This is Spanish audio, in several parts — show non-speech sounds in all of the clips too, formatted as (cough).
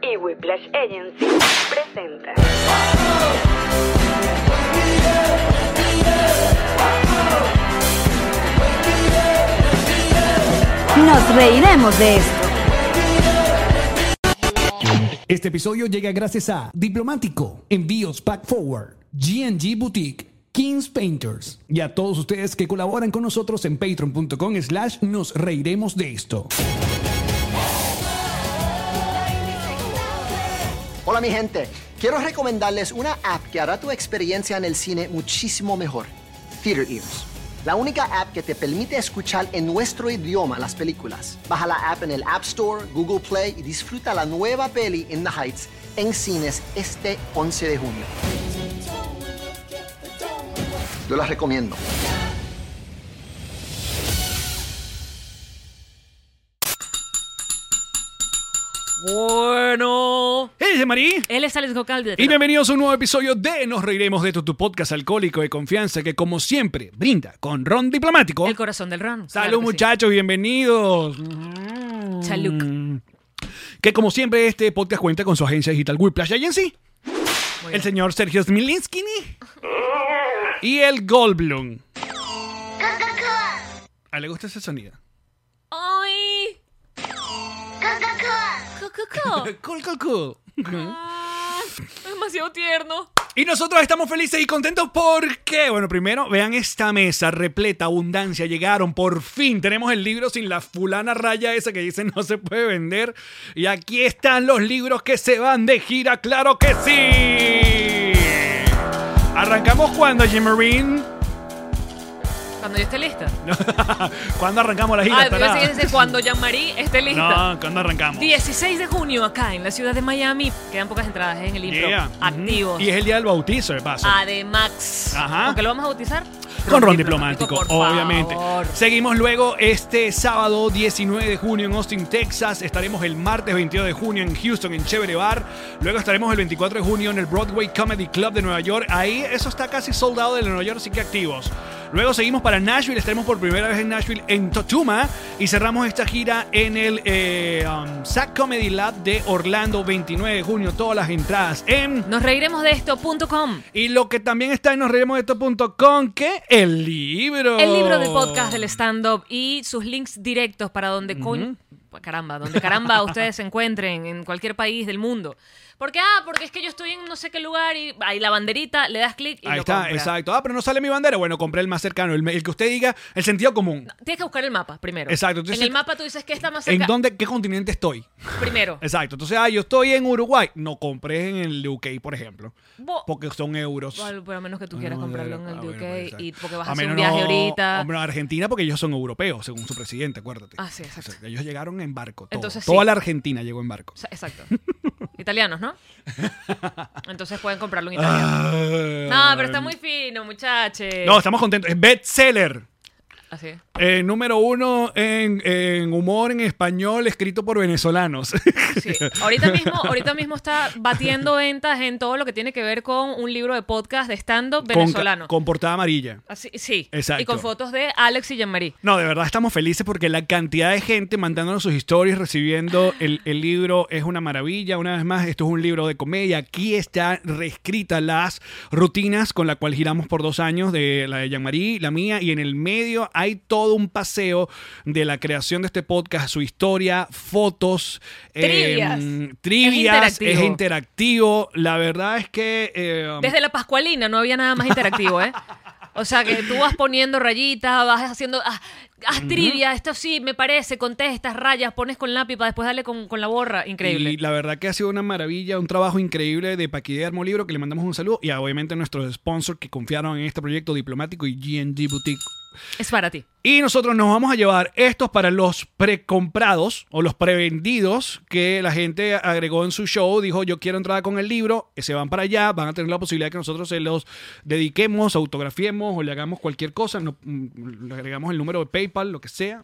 y Whiplash Agency presenta Nos reiremos de esto. Este episodio llega gracias a Diplomático, Envíos Pack Forward, GNG Boutique, Kings Painters y a todos ustedes que colaboran con nosotros en patreon.com slash nos reiremos de esto. Hola mi gente, quiero recomendarles una app que hará tu experiencia en el cine muchísimo mejor, Theater Ears. La única app que te permite escuchar en nuestro idioma las películas. Baja la app en el App Store, Google Play y disfruta la nueva peli In the Heights en cines este 11 de junio. Yo las recomiendo. Bueno. ¡Hey, Marí! Él es Alex Gocalde. Y bienvenidos a un nuevo episodio de Nos Reiremos de tu, tu podcast alcohólico de confianza que como siempre brinda con Ron Diplomático. El corazón del ron. Salud Claro que sí. muchachos, bienvenidos. Mm. Salud. Que como siempre este podcast cuenta con su agencia digital Whiplash Agency, Muy el bien. señor Sergio Smilinski y el Goldblum. ¿A le gusta ese sonido? ¡Ay! Cococo. Cool, cool, cool. (laughs) Ah, es demasiado tierno. Y nosotros estamos felices y contentos porque, bueno, primero vean esta mesa repleta, abundancia, llegaron, por fin tenemos el libro sin la fulana raya esa que dice (laughs) no se puede vender. Y aquí están los libros que se van de gira, claro que sí. ¿Arrancamos cuando, Jim Marine? Cuando yo esté lista. (laughs) ¿Cuándo arrancamos la gira? Ah, yo tarada? pensé que dice cuando Jean-Marie esté (laughs) lista. no, ¿cuándo arrancamos? 16 de junio acá en la ciudad de Miami. Quedan pocas entradas ¿eh? en el libro. Yeah. Activos. Y es el día del bautizo, de paso. Ademax. Ajá. ¿Con qué lo vamos a bautizar? Con Ron Diplomático, por obviamente. favor. Seguimos luego este sábado 19 de junio en Austin, Texas. Estaremos el martes 22 de junio en Houston, en Chévere Bar. Luego estaremos el 24 de junio en el Broadway Comedy Club de Nueva York. Ahí eso está casi soldado de Nueva York, así que activos. Luego seguimos para Nashville. Estaremos por primera vez en Nashville en Totuma. Y cerramos esta gira en el eh, um, Sac Comedy Lab de Orlando, 29 de junio. Todas las entradas en... Nos reiremos de esto.com. Y lo que también está en nosreiremosdeesto.com, que el libro. El libro de podcast del stand-up y sus links directos para donde coño- Caramba, (laughs) donde caramba ustedes se encuentren en cualquier país del mundo. Porque, ah, porque es que yo estoy en no sé qué lugar y ahí la banderita, le das clic y Ahí lo está, compras. exacto. Ah, pero no sale mi bandera. Bueno, compré el más cercano, el, el que usted diga, el sentido común. Tienes que buscar el mapa primero. Exacto, tú En dices- el mapa tú dices que está más ¿En cerca. dónde, qué continente estoy? Primero. Exacto. Entonces, ah, yo estoy en Uruguay. No compré en el UK, por ejemplo. Bo- Porque son euros. Bueno, pero a menos que tú quieras Ah, comprarlo en bueno, ah, el UK bueno, pues, exacto. y porque vas a, A hacer un menos viaje no- ahorita. hombre, Argentina, porque ellos son europeos, según su presidente, acuérdate. Ah, sí, exacto. O sea, ellos llegaron en barco. todo. Entonces, Toda sí. la Argentina llegó en barco. O sea, exacto. (laughs) Italianos, ¿no? Entonces pueden comprarlo en Italia. Ah, No, pero está muy fino, muchachos. No, estamos contentos. Es bestseller. Así es. Eh, número uno en, en humor en español escrito por venezolanos. (laughs) Sí. Ahorita mismo, ahorita mismo está batiendo ventas en todo lo que tiene que ver con un libro de podcast de stand-up Con ca- venezolano. Con, portada amarilla. Así, sí. Exacto. Y con fotos de Alex y Jean-Marie. No, de verdad estamos felices porque la cantidad de gente mandándonos sus historias, recibiendo el, el libro es una maravilla. Una vez más, esto es un libro de comedia. Aquí está reescrita las rutinas con la cual giramos por dos años, de la de Jean-Marie, la mía, y en el medio hay todo un paseo de la creación de este podcast, su historia, fotos, eh, Trivias. trivias, Es interactivo. es interactivo. La verdad es que... eh, Desde la Pascualina no había nada más interactivo, ¿eh? O sea, que tú vas poniendo rayitas, vas haciendo. ah, haz trivia, esto sí, me parece, contestas, rayas, pones con lápiz para después darle con, con la borra. Increíble. Y la verdad que ha sido una maravilla, un trabajo increíble de Paquidermo Libro, que le mandamos un saludo. Y a, obviamente a nuestros sponsors que confiaron en este proyecto diplomático y GNG Boutique. Es para ti. Y nosotros nos vamos a llevar estos para los precomprados o los prevendidos que la gente agregó en su show. Dijo, yo quiero entrar con el libro. Se van para allá, van a tener la posibilidad de que nosotros se los dediquemos, autografiemos o le hagamos cualquier cosa. No- mm, le agregamos el número de PayPal, lo que sea.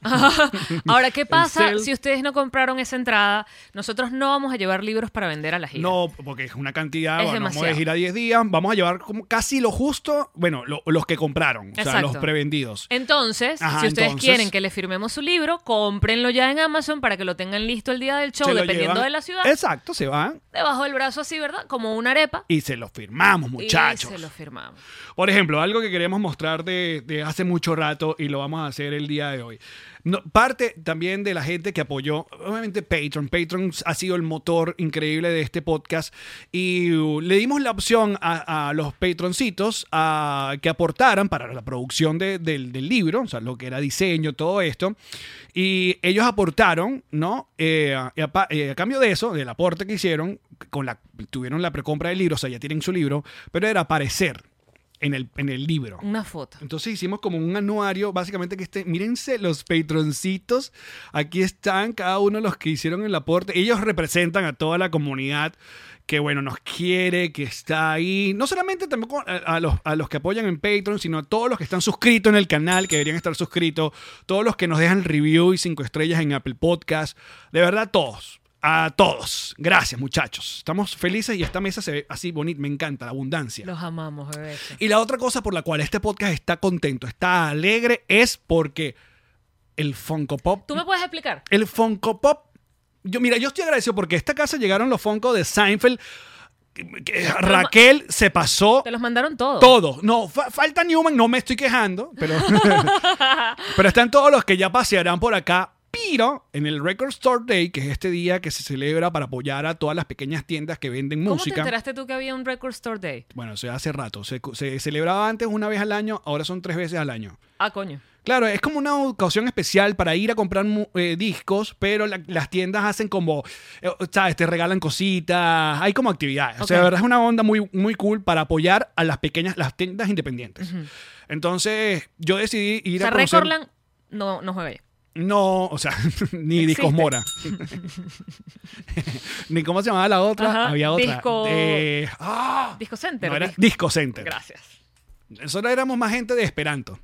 Ahora, ¿qué (laughs) El pasa cel. si ustedes no compraron esa entrada? Nosotros no vamos a llevar libros para vender a la gira. No, porque es una cantidad, Es bueno, vamos a demasiado. ir a 10 días, vamos a llevar como casi lo justo, bueno, lo- los que compraron, o sea, Exacto. los prevendidos. Entonces, Ajá, si ustedes entonces. quieren que les firmemos su libro, cómprenlo ya en Amazon para que lo tengan listo el día del show, Se lo dependiendo llevan- de la ciudad. Exacto, se van Debajo del brazo así, ¿verdad? Como una arepa. y se los firmamos, muchachos. Y se lo firmamos. Por ejemplo, algo que queremos mostrar de, de hace mucho rato y lo vamos a hacer el día de hoy. No, parte también de la gente que apoyó, obviamente Patreon. Patreon ha sido el motor increíble de este podcast y uh, le dimos la opción a, a los patroncitos a, que aportaran para la producción de- del, del libro, o sea, lo que era diseño, todo esto. Y ellos aportaron, ¿no? Eh, a, a pa- eh, a cambio de eso, del aporte que hicieron, con la, tuvieron la precompra del libro, o sea, ya tienen su libro, pero era aparecer en el, en el libro. Una foto. Entonces hicimos como un anuario, básicamente que este, mírense los patroncitos, aquí están cada uno los que hicieron el aporte, ellos representan a toda la comunidad que bueno, nos quiere, que está ahí, no solamente tampoco a, a los, a los que apoyan en Patreon, sino a todos los que están suscritos en el canal, que deberían estar suscritos, todos los que nos dejan review y cinco estrellas en Apple Podcast, de verdad todos. A todos. Gracias, muchachos. Estamos felices y esta mesa se ve así bonita. Me encanta la abundancia. Los amamos, bebé. Y la otra cosa por la cual este podcast está contento, está alegre, es porque el Funko Pop. ¿Tú me puedes explicar? El Funko Pop. Yo, mira, yo estoy agradecido porque a esta casa llegaron los Funko de Seinfeld. que- que Raquel se pasó Te los mandaron todos. todo. No, fa- falta Newman, no me estoy quejando, (laughs) pero, pero están todos los que ya pasearán por acá. Pero en el Record Store Day, que es este día que se celebra para apoyar a todas las pequeñas tiendas que venden ¿Cómo te música. enteraste tú que había un Record Store Day? Bueno, eso hace rato. Se, se celebraba antes una vez al año, ahora son tres veces al año. Ah, coño. Claro, es como una ocasión especial para ir a comprar mu- eh, discos, pero la- las tiendas hacen como, eh, ¿sabes? Te regalan cositas, hay como actividades. O sea, Ok. de verdad es una onda muy, muy cool para apoyar a las pequeñas, las tiendas independientes. Entonces, yo decidí ir O sea, a conocer... Recordland no, no juega ahí. No, o sea, (laughs) ni Existe. Discos (laughs) Mora. ni cómo se llamaba la otra, Ajá, había otra. Disco- Eh, ¡ah! Disco Center. No, era Disco- Disco Center. Gracias. Nosotros éramos más gente de Esperanto.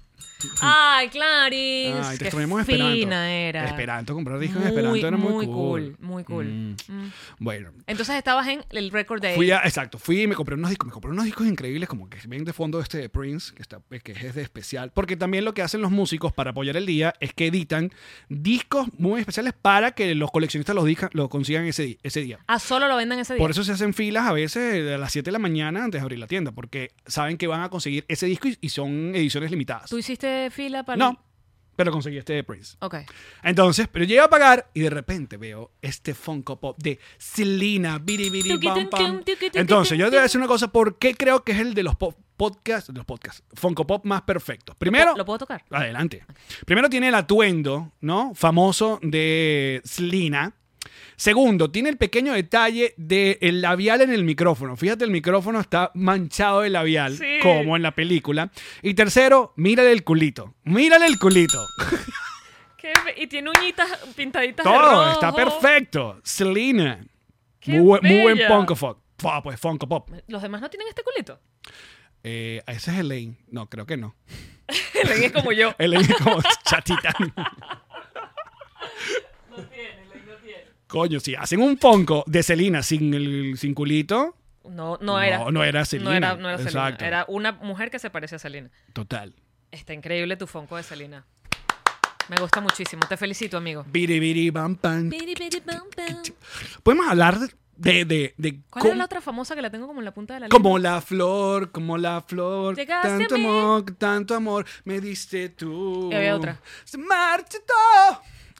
Ay, Clarice. Ay, te qué extrañamos fina Esperanto. era. Esperanto, comprar discos Muy, en Esperanto era muy, muy cool. cool, muy cool. Mm. Mm. Bueno. Entonces estabas en el Record Day. Fui a, exacto, fui y me compré unos discos, me compré unos discos increíbles como que ven de fondo este de Prince, que, está, que es de especial, porque también lo que hacen los músicos para apoyar el día es que editan discos muy especiales para que los coleccionistas los, dijan- los consigan ese, di- ese día. Ah, solo lo venden ese día. Por eso se hacen filas a veces a las 7 de la mañana antes de abrir la tienda, porque saben que van a conseguir ese disco y, y son ediciones limitadas. ¿Tú hiciste fila para.? No, pero conseguí este de Prince. Ok. Entonces, pero llego a pagar y de repente veo este Funko Pop de Selena, biri, biri, Tuki, pam, tun, pam. tun, tuki, tuki, Entonces, tun, yo te voy a tun. decir una cosa, ¿por qué creo que es el de los po- podcasts, los podcasts, Funko Pop más perfectos? Primero, ¿Lo puedo tocar? adelante. Primero tiene el atuendo, ¿no? Famoso de Selena. Segundo, tiene el pequeño detalle del labial en el micrófono. Fíjate, el micrófono está manchado de labial, Sí. como en la película. Y tercero, mírale el culito. Mírale el culito. Qué fe- Y tiene uñitas pintaditas. de Todo rojo. está perfecto. Selena. ¡Qué Muy, buen- muy buen bella! Funko Pop. Fua, pues Funko Pop. Los demás no tienen este culito. (laughs) Eh, ese es Elaine. No, creo que no. Elaine es como yo. Elaine es (laughs) como chatita. Coño, si hacen un Funko de Selena sin el sin culito, No, no era. No, no era Selena. No era, no era Selena. Exacto. Era una mujer que se parece a Selena. total. Está increíble tu fonco de Selena. Me gusta muchísimo. Te felicito, amigo. Biri, biri, bam, pam. Podemos hablar de. de, de ¿Cuál cómo- era la otra famosa que la tengo como en la punta de la lengua? Como la flor, como la flor. Llegaste a tanto mí. amor, tanto amor me diste tú. Y había otra. Se marchitó.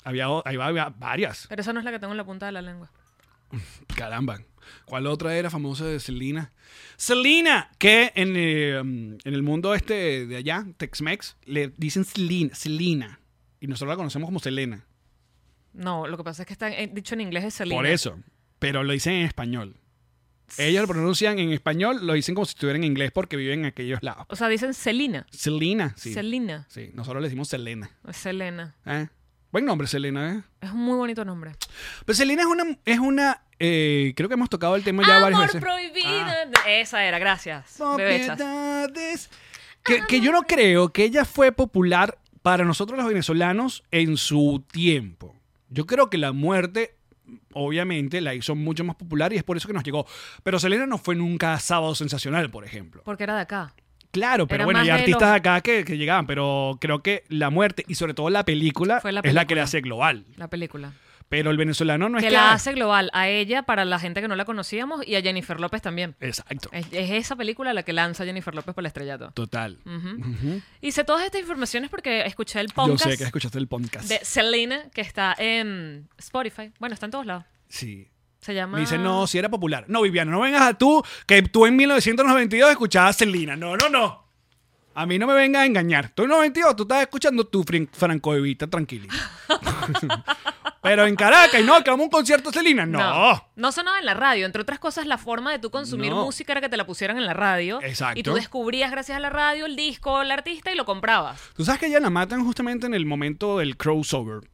Había, o- ahí va- había varias. Pero esa no es la que tengo en la punta de la lengua. Caramba. ¿Cuál otra era famosa de Selena? Selena, que en, eh, mm, en el mundo este de allá, Tex-Mex, le dicen Selena, Selena. Y nosotros la conocemos como Selena. No, lo que pasa es que está eh, dicho en inglés es Selena. Por eso. Pero lo dicen en español. Ellos lo pronuncian en español, lo dicen como si estuvieran en inglés porque viven en aquellos lados. O sea, dicen Selena. Selena, sí. Selena. Sí, nosotros le decimos Selena. Es Selena. ¿eh? Buen nombre, Selena, ¿eh? Es un muy bonito nombre. Pero Selena es una. Es una eh, creo que hemos tocado el tema ya varias Amor veces. prohibido. Ah. Esa era, gracias. Bebechas. Propiedades. Que, que yo no creo que ella fue popular para nosotros los venezolanos en su tiempo. Yo creo que la muerte, obviamente, la hizo mucho más popular y es por eso que nos llegó. Pero Selena no fue nunca Sábado Sensacional, por ejemplo. Porque era de acá. Claro, pero Era bueno, más hay de artistas los- acá que, que llegaban, pero creo que la muerte y sobre todo la película, Fue la es la que la película. hace global. La película. Pero el venezolano no es que que... la hace global a ella, para la gente que no la conocíamos, y a Jennifer López también. Exacto, Es, es esa película la que lanza Jennifer López para el estrellato. total. Ujú. Ujú. Hice todas estas informaciones porque escuché el Yo Mm. podcast sé que escuchaste el podcast. de Selena, que está en Spotify. Bueno, está en todos lados. Sí. Se llama... Me dice, no, si era popular. No, Viviana, no vengas a tú, que tú en 1992 escuchabas Selena. No, no, no. A mí no me vengas a engañar. Tú en 92, tú estás escuchando tu frin- Franco Evita, tranquilito. (laughs) Pero en Caracas, y no, que vamos a un concierto de Selena. No. No sonaba en la radio. Entre otras cosas, la forma de tú consumir No. música era que te la pusieran en la radio. Exacto. Y tú descubrías, gracias a la radio, el disco, el artista y lo comprabas. Tú sabes que ella la matan justamente en el momento del crossover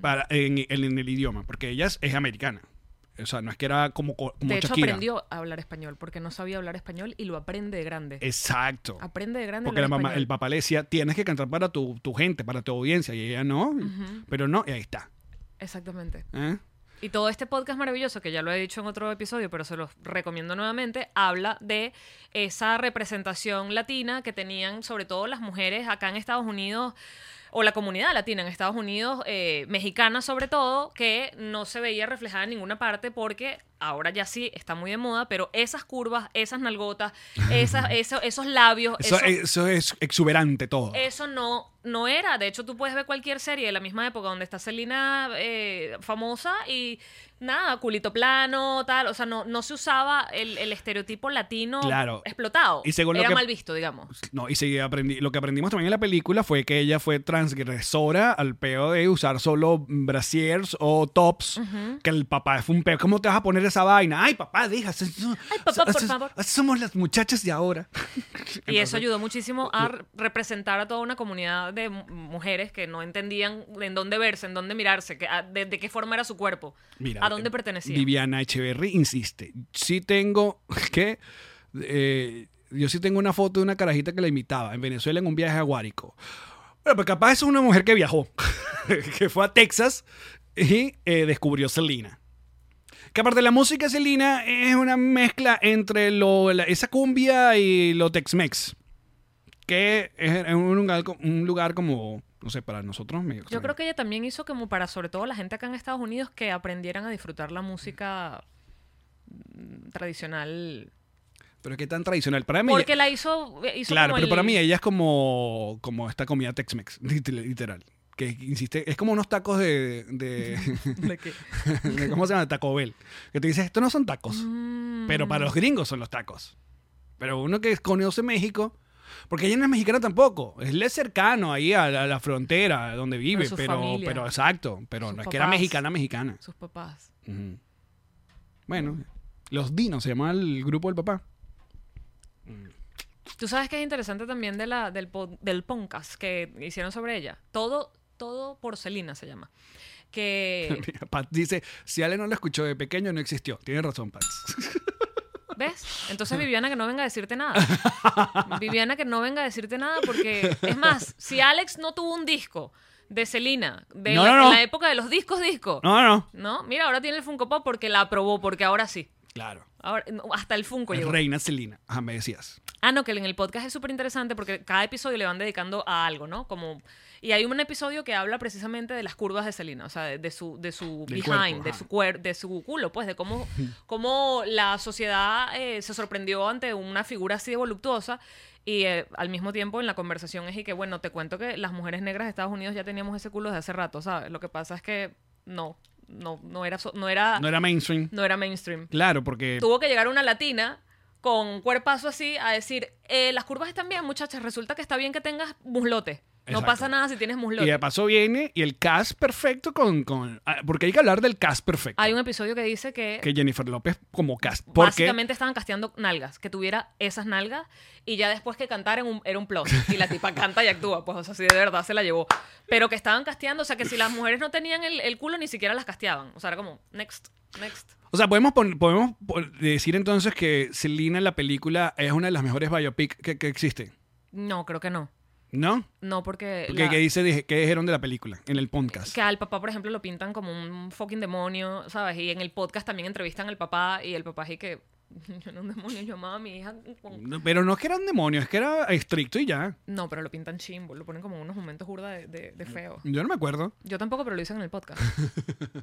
para, en, en- en el idioma, porque ella es, es americana. O sea, no es que era como, co- como de hecho, Shakira. aprendió a hablar español porque no sabía hablar español y lo aprende de grande. Exacto. Aprende de grande. a Porque la hablar mamá, español. el papá le decía, tienes que cantar para tu, tu gente, para tu audiencia. Y ella no, pero no, y ahí está. Exactamente. ¿eh? Y todo este podcast maravilloso, que ya lo he dicho en otro episodio, pero se los recomiendo nuevamente, habla de esa representación latina que tenían sobre todo las mujeres acá en Estados Unidos, o la comunidad latina en Estados Unidos, eh, mexicana sobre todo, que no se veía reflejada en ninguna parte porque ahora ya sí está muy de moda, pero esas curvas, esas nalgotas, esas, eso- esos labios, Eso, eh, esos- eso es exuberante todo. eso no, no era. De hecho, tú puedes ver cualquier serie de la misma época donde está Selena eh, famosa y nada, culito plano, tal. O sea, no, no se usaba el, el estereotipo latino Claro. explotado. Y según lo era que- mal visto, digamos. No, y sí, aprendí, lo que aprendimos también en la película fue que ella fue transgresora al peo de usar solo brasiers o tops, que el papá fue un peo. ¿Cómo te vas a poner esa vaina? Ay, papá, deja. Ay, papá, por favor. somos las muchachas de ahora. Y eso Entonces, ayudó muchísimo a re- representar a toda una comunidad de mu- mujeres que no entendían en dónde verse, en dónde mirarse, que, a- de, de qué forma era su cuerpo, Mira, a dónde eh, pertenecía. Viviana Echeverry insiste. Sí tengo (laughs) que... eh, yo sí tengo una foto de una carajita que la imitaba en Venezuela en un viaje a Guárico. Bueno, pues capaz es una mujer que viajó, (laughs) que fue a Texas y eh, descubrió Selena. Que aparte la música de Selena es una mezcla entre lo, la- esa cumbia y lo Tex-Mex. Que es en un lugar, co- un lugar como, no sé, para nosotros medio Yo extraño. creo que ella también hizo como para, sobre todo la gente acá en Estados Unidos, que aprendieran a disfrutar la música mm, tradicional. Pero qué tan tradicional. Para mí ella- Porque la hizo. eh, hizo Claro, como pero el- para mí ella es como, como esta comida Tex-Mex, (laughs) lit- literal. Que insiste, es como unos tacos de. de, (laughs) ¿De qué? (laughs) de- ¿Cómo se llama? Taco Bell. Que te dices, estos no son tacos. Mm. Pero para los gringos son los tacos. Pero uno que conoce México. Porque ella no es mexicana tampoco. Es le cercano ahí a la, a la frontera donde vive. su Pero, pero, familia. exacto. Pero Sus no es que era papás. mexicana, mexicana. Sus papás. Ujú. Bueno, los dinos se llama el grupo del papá. Tú sabes que es interesante también de la, del, po- del podcast que hicieron sobre ella. Todo, todo porcelina se llama. (laughs) Que. Pat dice, si Ale no lo escuchó de pequeño, no existió. Tiene razón, Pat. ¿Ves? Entonces Viviana que no venga a (laughs) decirte nada. Viviana que no venga a decirte nada porque es más, si Alex no tuvo un disco de Selena de No, la, no, no. en la época de los discos disco, (laughs) No, no. ¿no? Mira, ahora tiene el Funko Pop porque la aprobó, porque ahora sí. Claro. Ahora, no, hasta el Funko llegó. Reina Celina. Ajá, me decías. Ah, no, que en el podcast es súper interesante porque cada episodio le van dedicando a algo, ¿no? Como y hay un episodio que habla precisamente de las curvas de Selena, o sea, de, de su de su Del behind, cuerpo, de ajá. su cuer- de su culo, pues, de (laughs) cómo cómo la sociedad eh, se sorprendió ante una figura así de voluptuosa y eh, al mismo tiempo en la conversación es y que bueno, te cuento que las mujeres negras de Estados Unidos ya teníamos ese culo desde hace rato, ¿sabes? Lo que pasa es que no, no no era so- no era No era mainstream. Ah. no era mainstream Claro, porque tuvo que llegar una latina con un cuerpazo así a decir, eh, las curvas están bien, muchachas, resulta que está bien que tengas muslote. No Exacto. pasa nada si tienes Y muslote. de paso viene y el cast perfecto con, con- ah, Porque hay que hablar del cast perfecto. Hay un episodio que dice que, Que Jennifer López como cast. Porque básicamente estaban casteando nalgas, que tuviera esas nalgas y ya después que cantaran un- era un plus. Y la tipa canta y actúa, pues, o sea, si de verdad se la llevó. Pero que estaban casteando, o sea, que si las mujeres no tenían el, el culo, ni siquiera las casteaban. O sea, era como, next, next. O sea, podemos, pon- podemos pon- decir entonces que Selena en la película es una de las mejores biopic que, que existen. No, creo que no. ¿No? No, porque. Porque la- que dice, dije- que dijeron de la película en el podcast. que al papá, por ejemplo, lo pintan como un fucking demonio, ¿sabes? Y en el podcast también entrevistan al papá y el papá es que. (laughs) Yo era un demonio, yo amaba a mi hija. con-". No, Pero no es que eran demonios, es que era estricto y ya. No, pero lo pintan chimbo, lo ponen como unos momentos burda de, de- Mm. de feo. Yo no me acuerdo. Yo tampoco, pero lo dicen en (laughs) el podcast.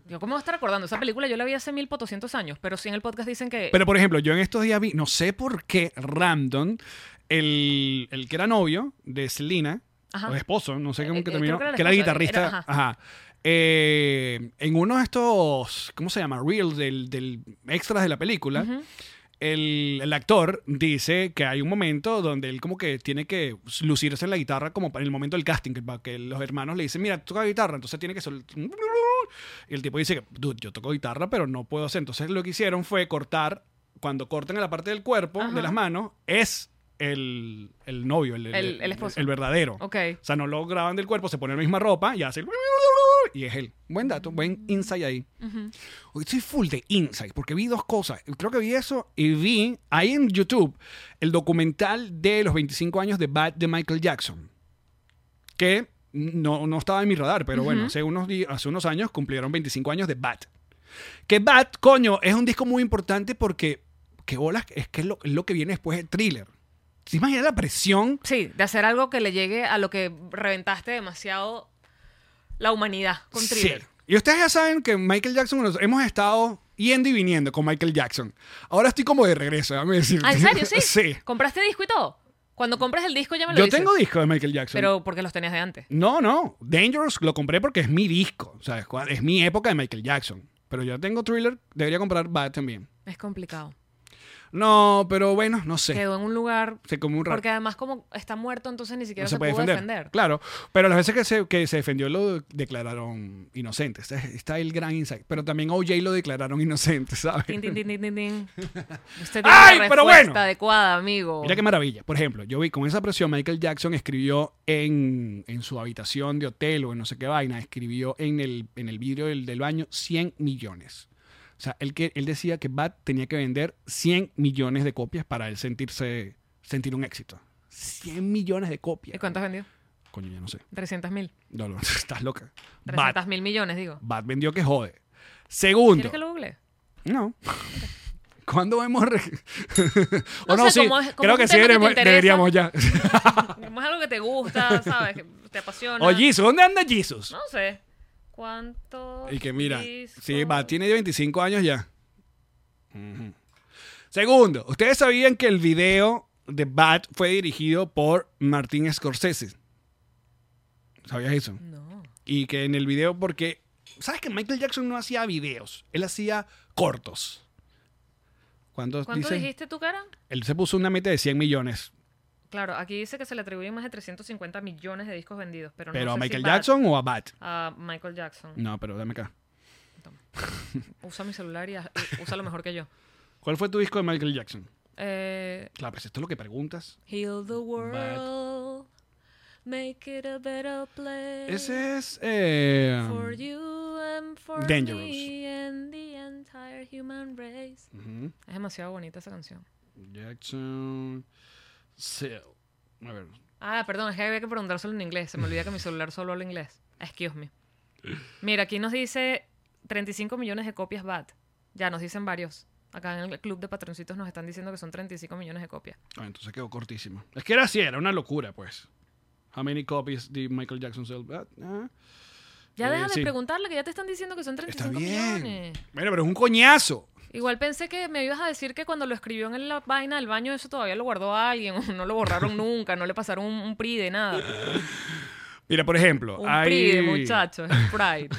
Yo, ¿cómo voy a estar acordando? Esa película yo la vi hace 1400 años, pero sí en el podcast dicen que. Pero por ejemplo, yo en estos días vi, no sé por qué, random, el, el que era novio de Selena, Ajá. o esposo, no sé Eh, cómo eh, que creo terminó, que era el que era esposo, guitarrista, era- ajá. ajá. Eh, en uno de estos, ¿cómo se llama? Reels del, del extras de la película, el, el actor dice que hay un momento donde él como que tiene que lucirse en la guitarra como para el momento del casting, que, pa- que los hermanos le dicen, mira, toca guitarra, entonces tiene que... sol- Y el tipo dice, que, dude, yo toco guitarra, pero no puedo hacer. Entonces lo que hicieron fue cortar, cuando cortan a la parte del cuerpo, Ajá. de las manos, es el, el novio, el, El- el esposo. el verdadero. Ok. O sea, no lo graban del cuerpo, se pone la misma ropa y hace el... Y es él. Buen dato, buen insight ahí. Hoy estoy full de insight porque vi dos cosas. Creo que vi eso y vi ahí en YouTube el documental de los 25 años de Bad de Michael Jackson. Que no, no estaba en mi radar, pero bueno, hace unos, di- hace unos años cumplieron 25 años de Bad. Que Bad, coño, es un disco muy importante porque... Que bolas, es que es lo, es lo que viene después de Thriller. ¿Se imagina la presión? Sí, de hacer algo que le llegue a lo que reventaste demasiado la humanidad con Sí. thriller. Y ustedes ya saben que Michael Jackson, nos- hemos estado yendo y viniendo con Michael Jackson. Ahora estoy como de regreso, déjame decirte. Ah, ¿En serio? Sí. (laughs) sí. ¿Compraste disco y todo? Cuando compres el disco ya me lo Yo dices. tengo disco de Michael Jackson. Pero porque los tenías de antes. No, no. Dangerous lo compré porque es mi disco. ¿sabes? cuál? Es mi época de Michael Jackson. Pero yo tengo thriller, debería comprar Bad también. Es complicado. No, pero bueno, no sé. Quedó en un lugar. Se comió un rato. Porque además, como está muerto, entonces ni siquiera no se, se puede pudo defender. defender. Claro, pero las veces que se, que se defendió lo declararon inocente. Está, está el gran insight. Pero también OJ lo declararon inocente, ¿sabes? Tin, tin, tin, tin, (laughs) tin, tin. Usted tiene ¡Ay, la pero respuesta bueno! adecuada, amigo. Mira qué maravilla. Por ejemplo, yo vi con esa presión, Michael Jackson escribió en, en su habitación de hotel o en no sé qué vaina, escribió en el, en el vidrio del, del baño 100 millones. O sea, él, que, él decía que Bat tenía que vender 100 millones de copias para él sentirse, sentir un éxito. 100 millones de copias. ¿Y cuánto has vendido? Coño, ya no sé. 300 mil. No, (laughs) no, estás loca. Bat, 300 mil millones, digo. Bat vendió que jode. Segundo. ¿Quieres que lo google? No. (laughs) ¿Cuándo vemos? re- (laughs) o No no, sé, sí. como es- como Creo es que un sí tema que te deberíamos- interesa. deberíamos ya. Como es algo que te gusta, ¿sabes? Que te apasiona. Oye, Jesus, ¿dónde anda Jesus? No sé. ¿Cuánto? Y que mira, discos? sí, va, tiene 25 años ya. Ujú. Segundo, ¿ustedes sabían que el video de Bat fue dirigido por Martín Scorsese? ¿Sabías eso? No. Y que en el video, porque, ¿sabes que Michael Jackson no hacía videos? Él hacía cortos. ¿Cuántos ¿Cuánto dice? dijiste tú, cara? Él se puso una meta de 100 millones. Claro, aquí dice que se le atribuyen más de 350 millones de discos vendidos. Pero, no ¿Pero sé a si Michael Bad- Jackson o a Bat? A Michael Jackson. No, pero dame acá. Usa mi celular y haz- usa lo mejor que yo. ¿Cuál fue tu disco de Michael Jackson? Eh, Claro, pues esto es lo que preguntas. Heal the world. Make it a better place. Ese es. eh, For you and for Dangerous. me and the entire human race. ujú. Es demasiado bonita esa canción. Jackson. Seal. A ver. Ah, perdón, es que había que preguntárselo en inglés. Se me olvida que mi celular solo habla inglés. Excuse me. Mira, aquí nos dice 35 millones de copias BAT. Ya nos dicen varios. Acá en el club de patroncitos nos están diciendo que son 35 millones de copias. Ah, entonces quedó cortísimo. Es que era así, era una locura, pues. How many copies did Michael Jackson sell? Ah, ah. Ya Eh, deja de sí. preguntarle, que ya te están diciendo que son Está 35 bien. millones. Bueno, pero es un coñazo. Igual pensé que me ibas a decir que cuando lo escribió en la vaina del baño, eso todavía lo guardó alguien, (laughs) o no lo borraron nunca, no le pasaron un, un PRI de nada. Mira, por ejemplo. Un hay... PRI de (laughs) muchachos, es un Pride.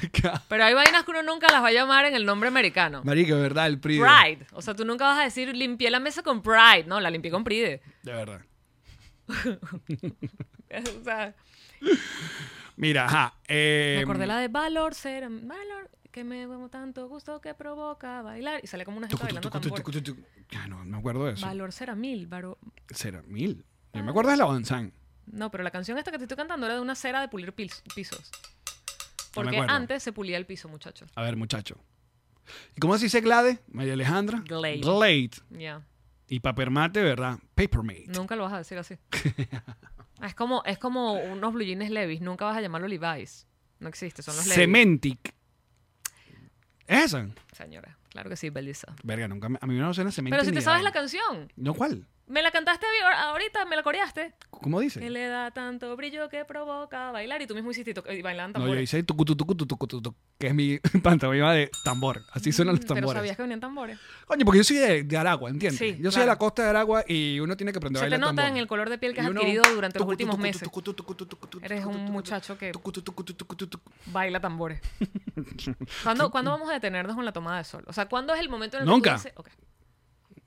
Pero hay vainas que uno nunca las va a llamar en el nombre americano. Marica, de verdad, el PRI. de- Pride. O sea, tú nunca vas a decir limpié la mesa con Pride. No, la limpié con Pride. De verdad. o sea, Mira, ajá. eh, Me acordé la de Valor, ser Valor, que me como tanto gusto que provoca bailar. Y sale como una gente tucu, bailando tucu, tucu, tambor. tucu, tucu. Ah, no, no me acuerdo de eso. Valor será mil, varo- Será mil. Yo me acuerdo de la Bonzán. No, pero la canción esta que te estoy cantando era de una cera de pulir pil- pisos. No me Porque acuerdo. antes se pulía el piso, muchachos. A ver, muchacho. ¿Y cómo se dice Glade? María Alejandra. Glade. Glade. Ya. Y papermate, ¿verdad? Papermate. Nunca lo vas a (laughs) decir así. Ah, es, como, es como unos blue jeans Levis. Nunca vas a llamarlo Levi's. No existe, son los Levis. Cementic. ¿Es esa? Señora, claro que sí, Belisa. Verga, nunca me- a mí no suena Cementic. Pero si te ni sabes vaina. la canción. No, ¿cuál? Me la cantaste ahor- ahorita, me la coreaste. ¿Cómo dice? Que le da tanto brillo que provoca bailar. Y tú mismo hiciste y to- y bailaban No, yo tambores. hice tucu, tucu, tucu, tucu, tucu, que es mi (laughs) pantomima de tambor. Así suenan los Mm, (laughs) Pero tambores. sabías que venían tambores. Coño, porque yo soy de, de Aragua, ¿entiendes? Sí, yo soy de claro. la costa de Aragua y uno tiene que aprender a Se te bailar nota tambor. en el color de piel que has Y uno- adquirido durante los tucu, últimos tucu, meses. tucu, tucu, tucu, tucu, tucu, Eres tucu, un tucu, muchacho que tucu, tucu, tucu, tucu, tucu. baila tambores. (laughs) ¿Cuándo, cuándo vamos a detenernos con la tomada de sol? O sea, ¿cuándo es el momento en el Nunca. Ah, que tú dices-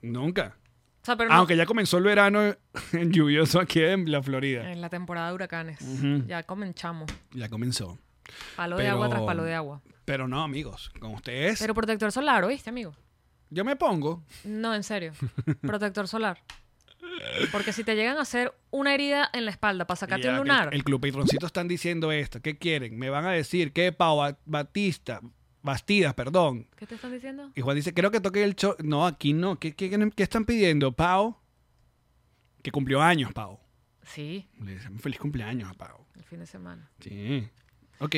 Ok. Nunca. O sea, pero no- Aunque ya comenzó el verano (laughs) en lluvioso aquí en la Florida. En la temporada de huracanes. Ya comenzamos. Ya comenzó. Palo de Pero- agua tras palo de agua. Pero no, amigos, con ustedes. Pero protector solar, ¿oíste, amigo? Yo me pongo. No, (laughs) en serio. Protector solar. Porque si te llegan a hacer una herida en la espalda para sacarte Ya, un que el- lunar, El, club patroncito están diciendo esto. ¿Qué quieren? Me van a decir que Pau Ba- Batista, Bastidas, perdón. ¿qué te están diciendo? Y Juan dice, creo que toque el show. No, aquí no. ¿Qué, qué, qué están pidiendo? Pau, que cumplió años, Pau. Sí, Le dicen, feliz cumpleaños a Pau. el fin de semana. Sí. Ok.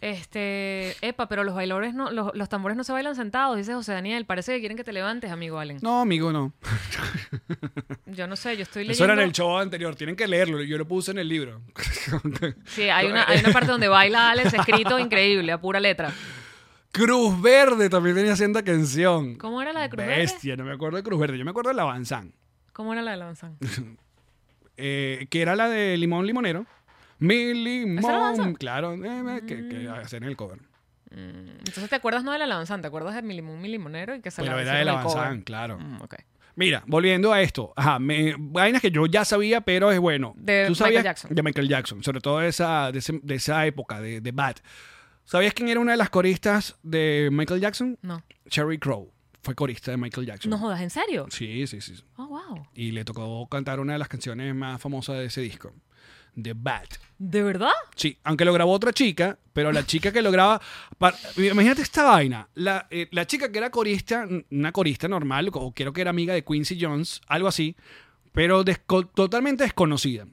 Este, epa, pero los bailadores no, los, los tambores no se bailan sentados, dice José Daniel. Parece que quieren que te levantes, amigo Allen. No, amigo, no. Yo no sé, yo estoy leyendo. Eso era en el show anterior. Tienen que leerlo. Yo lo puse en el libro. Sí, hay una, hay una parte donde baila Alex escrito increíble, a pura letra. Cruz Verde también venía haciendo canción. ¿Cómo era la de Cruz Verde? Bestia, no me acuerdo de Cruz Verde. Yo me acuerdo de la Banzán. ¿Cómo era la de Lanzan? eh, que era la de Limón Limonero. Mi ¿Esa era la Mm. limón, danza? claro, eh, eh, que, que hacen el cover. Mm, Entonces te acuerdas no de la Lanzan, te acuerdas de mi limón, mi limonero y que se Pero la era de hicieron la de cover. Banzán, claro. Mm, ok. Mira, volviendo a esto, ajá, me, vainas que yo ya sabía, pero es bueno. De ¿Tú Michael sabías? Jackson. De Michael Jackson, sobre todo de esa, de ese- de esa época, de, de Bad. ¿Sabías quién era una de las coristas de Michael Jackson? No. Cherry Crow fue corista de Michael Jackson. Mm. No jodas, ¿en serio? Sí, sí, sí. Oh, wow. Y le tocó cantar una de las canciones más famosas de ese disco, The Bad. ¿De verdad? Sí, aunque lo grabó otra chica, pero la chica que lo graba. pa- imagínate esta vaina. La, eh, la chica que era corista, n- una corista normal, o creo que era amiga de Quincy Jones, algo así, pero desco- totalmente desconocida.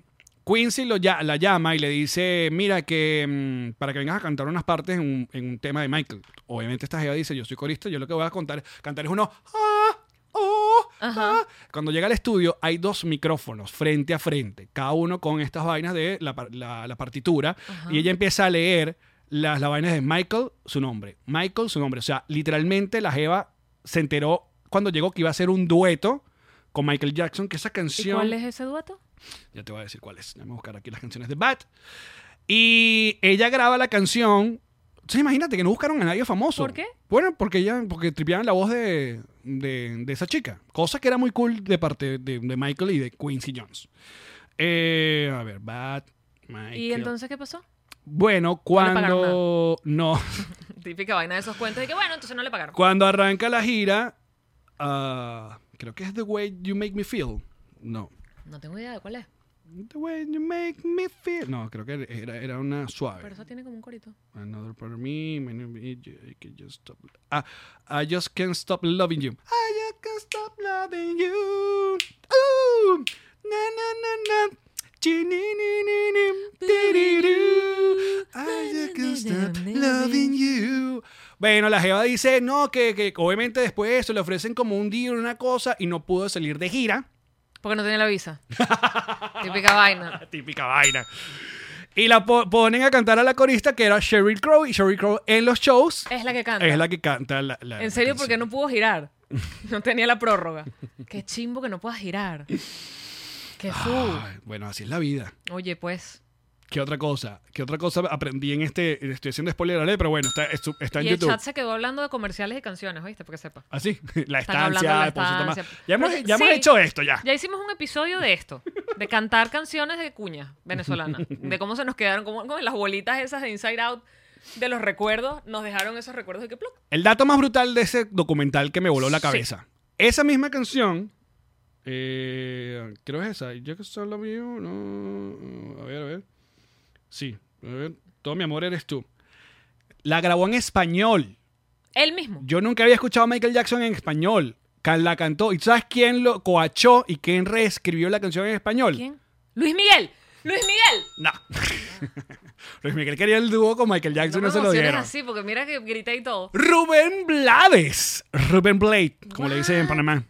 Quincy lo, ya- la llama y le dice: Mira, que mm, para que vengas a cantar unas partes en un, en un tema de Michael. Obviamente, esta jeva dice: Yo soy corista, yo lo que voy a contar, cantar es uno. "Ah, oh, ah". Cuando llega al estudio, hay dos micrófonos frente a frente, cada uno con estas vainas de la, par- la- la partitura. Y ella empieza a leer las, las vainas de Michael, su nombre. Michael, su nombre. O sea, literalmente la Jeva se enteró cuando llegó que iba a hacer un dueto con Michael Jackson, que esa ¿Y canción. cuál es ese dueto? Ya te voy a decir cuál es. Vamos a buscar aquí las canciones de Bat. Y ella graba la canción. Entonces imagínate que no buscaron a nadie famoso. ¿Por qué? Bueno, porque ella, porque tripeaban la voz de, de- de esa chica. Cosa que era muy cool de parte de, de Michael y de Quincy Jones. Eh, a ver, Bat, Michael. ¿Y entonces qué pasó? (laughs) Bueno, le pagaron cuando. No. (laughs) Típica vaina de esos cuentos y que bueno, entonces no le pagaron. Cuando arranca la gira. ah, creo que es The Way You Make Me Feel. No. No tengo idea de cuál es. The way you make me feel. No, creo que era, era una suave. Pero eso tiene como un corito. Another part of me, my name is you, I can just stop. Ah, I just can't stop loving you. I just can't stop loving you. Ooh, na na na na. Chi-ni-ni-ni-ni, ti-ri-ru. I just can't stop loving you. Bueno, la Jeva dice, no, que, que obviamente después de eso le ofrecen como un deal, una cosa, y no pudo salir de gira. Porque no tenía la (laughs) visa. Típica vaina. Típica vaina. Y la po- ponen a cantar a la corista que era Sheryl Crow. Y Sheryl Crow en los shows Es la que canta. es la que canta la. la- En serio, la porque no pudo girar. (laughs) No tenía la prórroga. Qué chimbo que no puedas girar. Qué fu. canción. Ay, bueno, así es la vida. Oye, pues. ¿Qué otra cosa? ¿Qué otra cosa aprendí en este? Estoy haciendo spoiler alert, pero bueno, está, estu- está en Y el YouTube. chat se quedó hablando de comerciales y canciones, ¿oíste? Porque sepa. Así, (laughs) la Están hablando de estancia, la el Ponce Tomás. estancia. Ya, hemos, Pero- ya hemos sí. hecho esto, ya. Ya hicimos un episodio de esto, de cantar canciones de cuña venezolana, de cómo se nos quedaron, como como las bolitas esas de Inside Out, de los recuerdos, nos dejaron esos recuerdos de que ploc. El dato más brutal de ese documental que me voló la Sí. cabeza. Esa misma canción. eh, creo que es esa. Yo que solo vivo. No. A ver, a ver. Sí. A ver. Todo mi amor eres tú. La grabó en español. Él mismo. Yo nunca había escuchado a Michael Jackson en español. Ca- La cantó. ¿Y sabes quién lo coachó y quién reescribió la canción en español? ¿Quién? Luis Miguel. Luis Miguel. No. (laughs) Luis Miguel quería el dúo con Michael Jackson y me no se lo emociones dieron. así, porque mira que grité y todo. Rubén Blades. Rubén Blade, como le dicen en Panamá.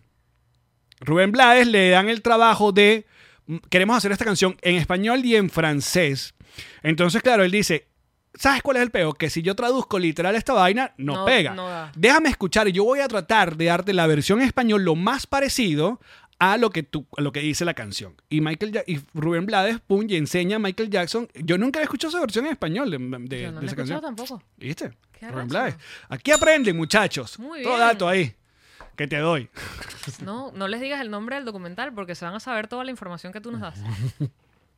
Rubén Blades le dan el trabajo de. mm, Queremos hacer esta canción en español y en francés. Entonces, claro, él dice. ¿Sabes cuál es el peo? Que si yo traduzco literal esta vaina, no, No, pega. no da. Déjame escuchar y yo voy a tratar de darte la versión en español lo más parecido a lo que, tú, a lo que dice la canción. Y, Michael Ja- y Rubén Blades, pum, y enseña a Michael Jackson. Yo nunca había escuchado esa versión en español de, de- Yo no de lo he esa escuchado canción. tampoco. ¿Viste? Qué Rubén arrecho. Blades. Aquí aprenden, muchachos. Muy Todo bien. dato ahí que te doy. No, no les digas el nombre del documental porque se van a saber toda la información que tú nos das.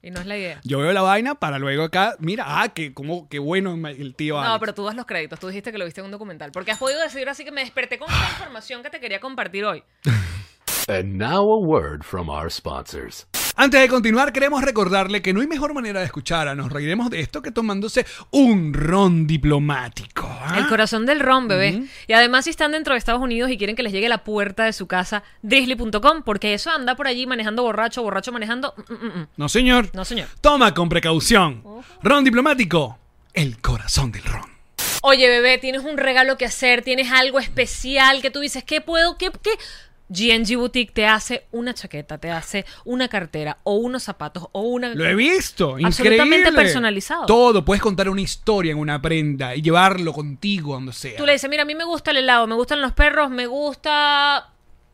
Y no es (laughs) la idea. Yo veo la vaina para luego acá. Mira, ah, que, como, qué bueno el tío No, Alex. pero tú das los créditos. Tú dijiste que lo viste en un documental. Porque has podido decir así que me desperté con esta información que te quería compartir hoy. And now a word from our sponsors. Antes de continuar, queremos recordarle que no hay mejor manera de escuchar a Nos Reiremos de esto que tomándose un ron diplomático. ¿ah? El corazón del ron, bebé. Y además, si están dentro de Estados Unidos y quieren que les llegue a la puerta de su casa, drizzly.com, porque eso anda por allí manejando borracho, borracho manejando. mm, mm, mm. No, señor. No, señor. Toma con precaución. Ron diplomático, el corazón del ron. Oye, bebé, tienes un regalo que hacer, tienes algo especial que tú dices, ¿qué puedo? ¿Qué? qué? GNG Boutique te hace una chaqueta, te hace una cartera o unos zapatos o una... Lo he visto, increíble. Absolutamente personalizado. Todo, puedes contar una historia en una prenda y llevarlo contigo donde sea. Tú le dices, mira, a mí me gusta el helado, me gustan los perros, me gusta...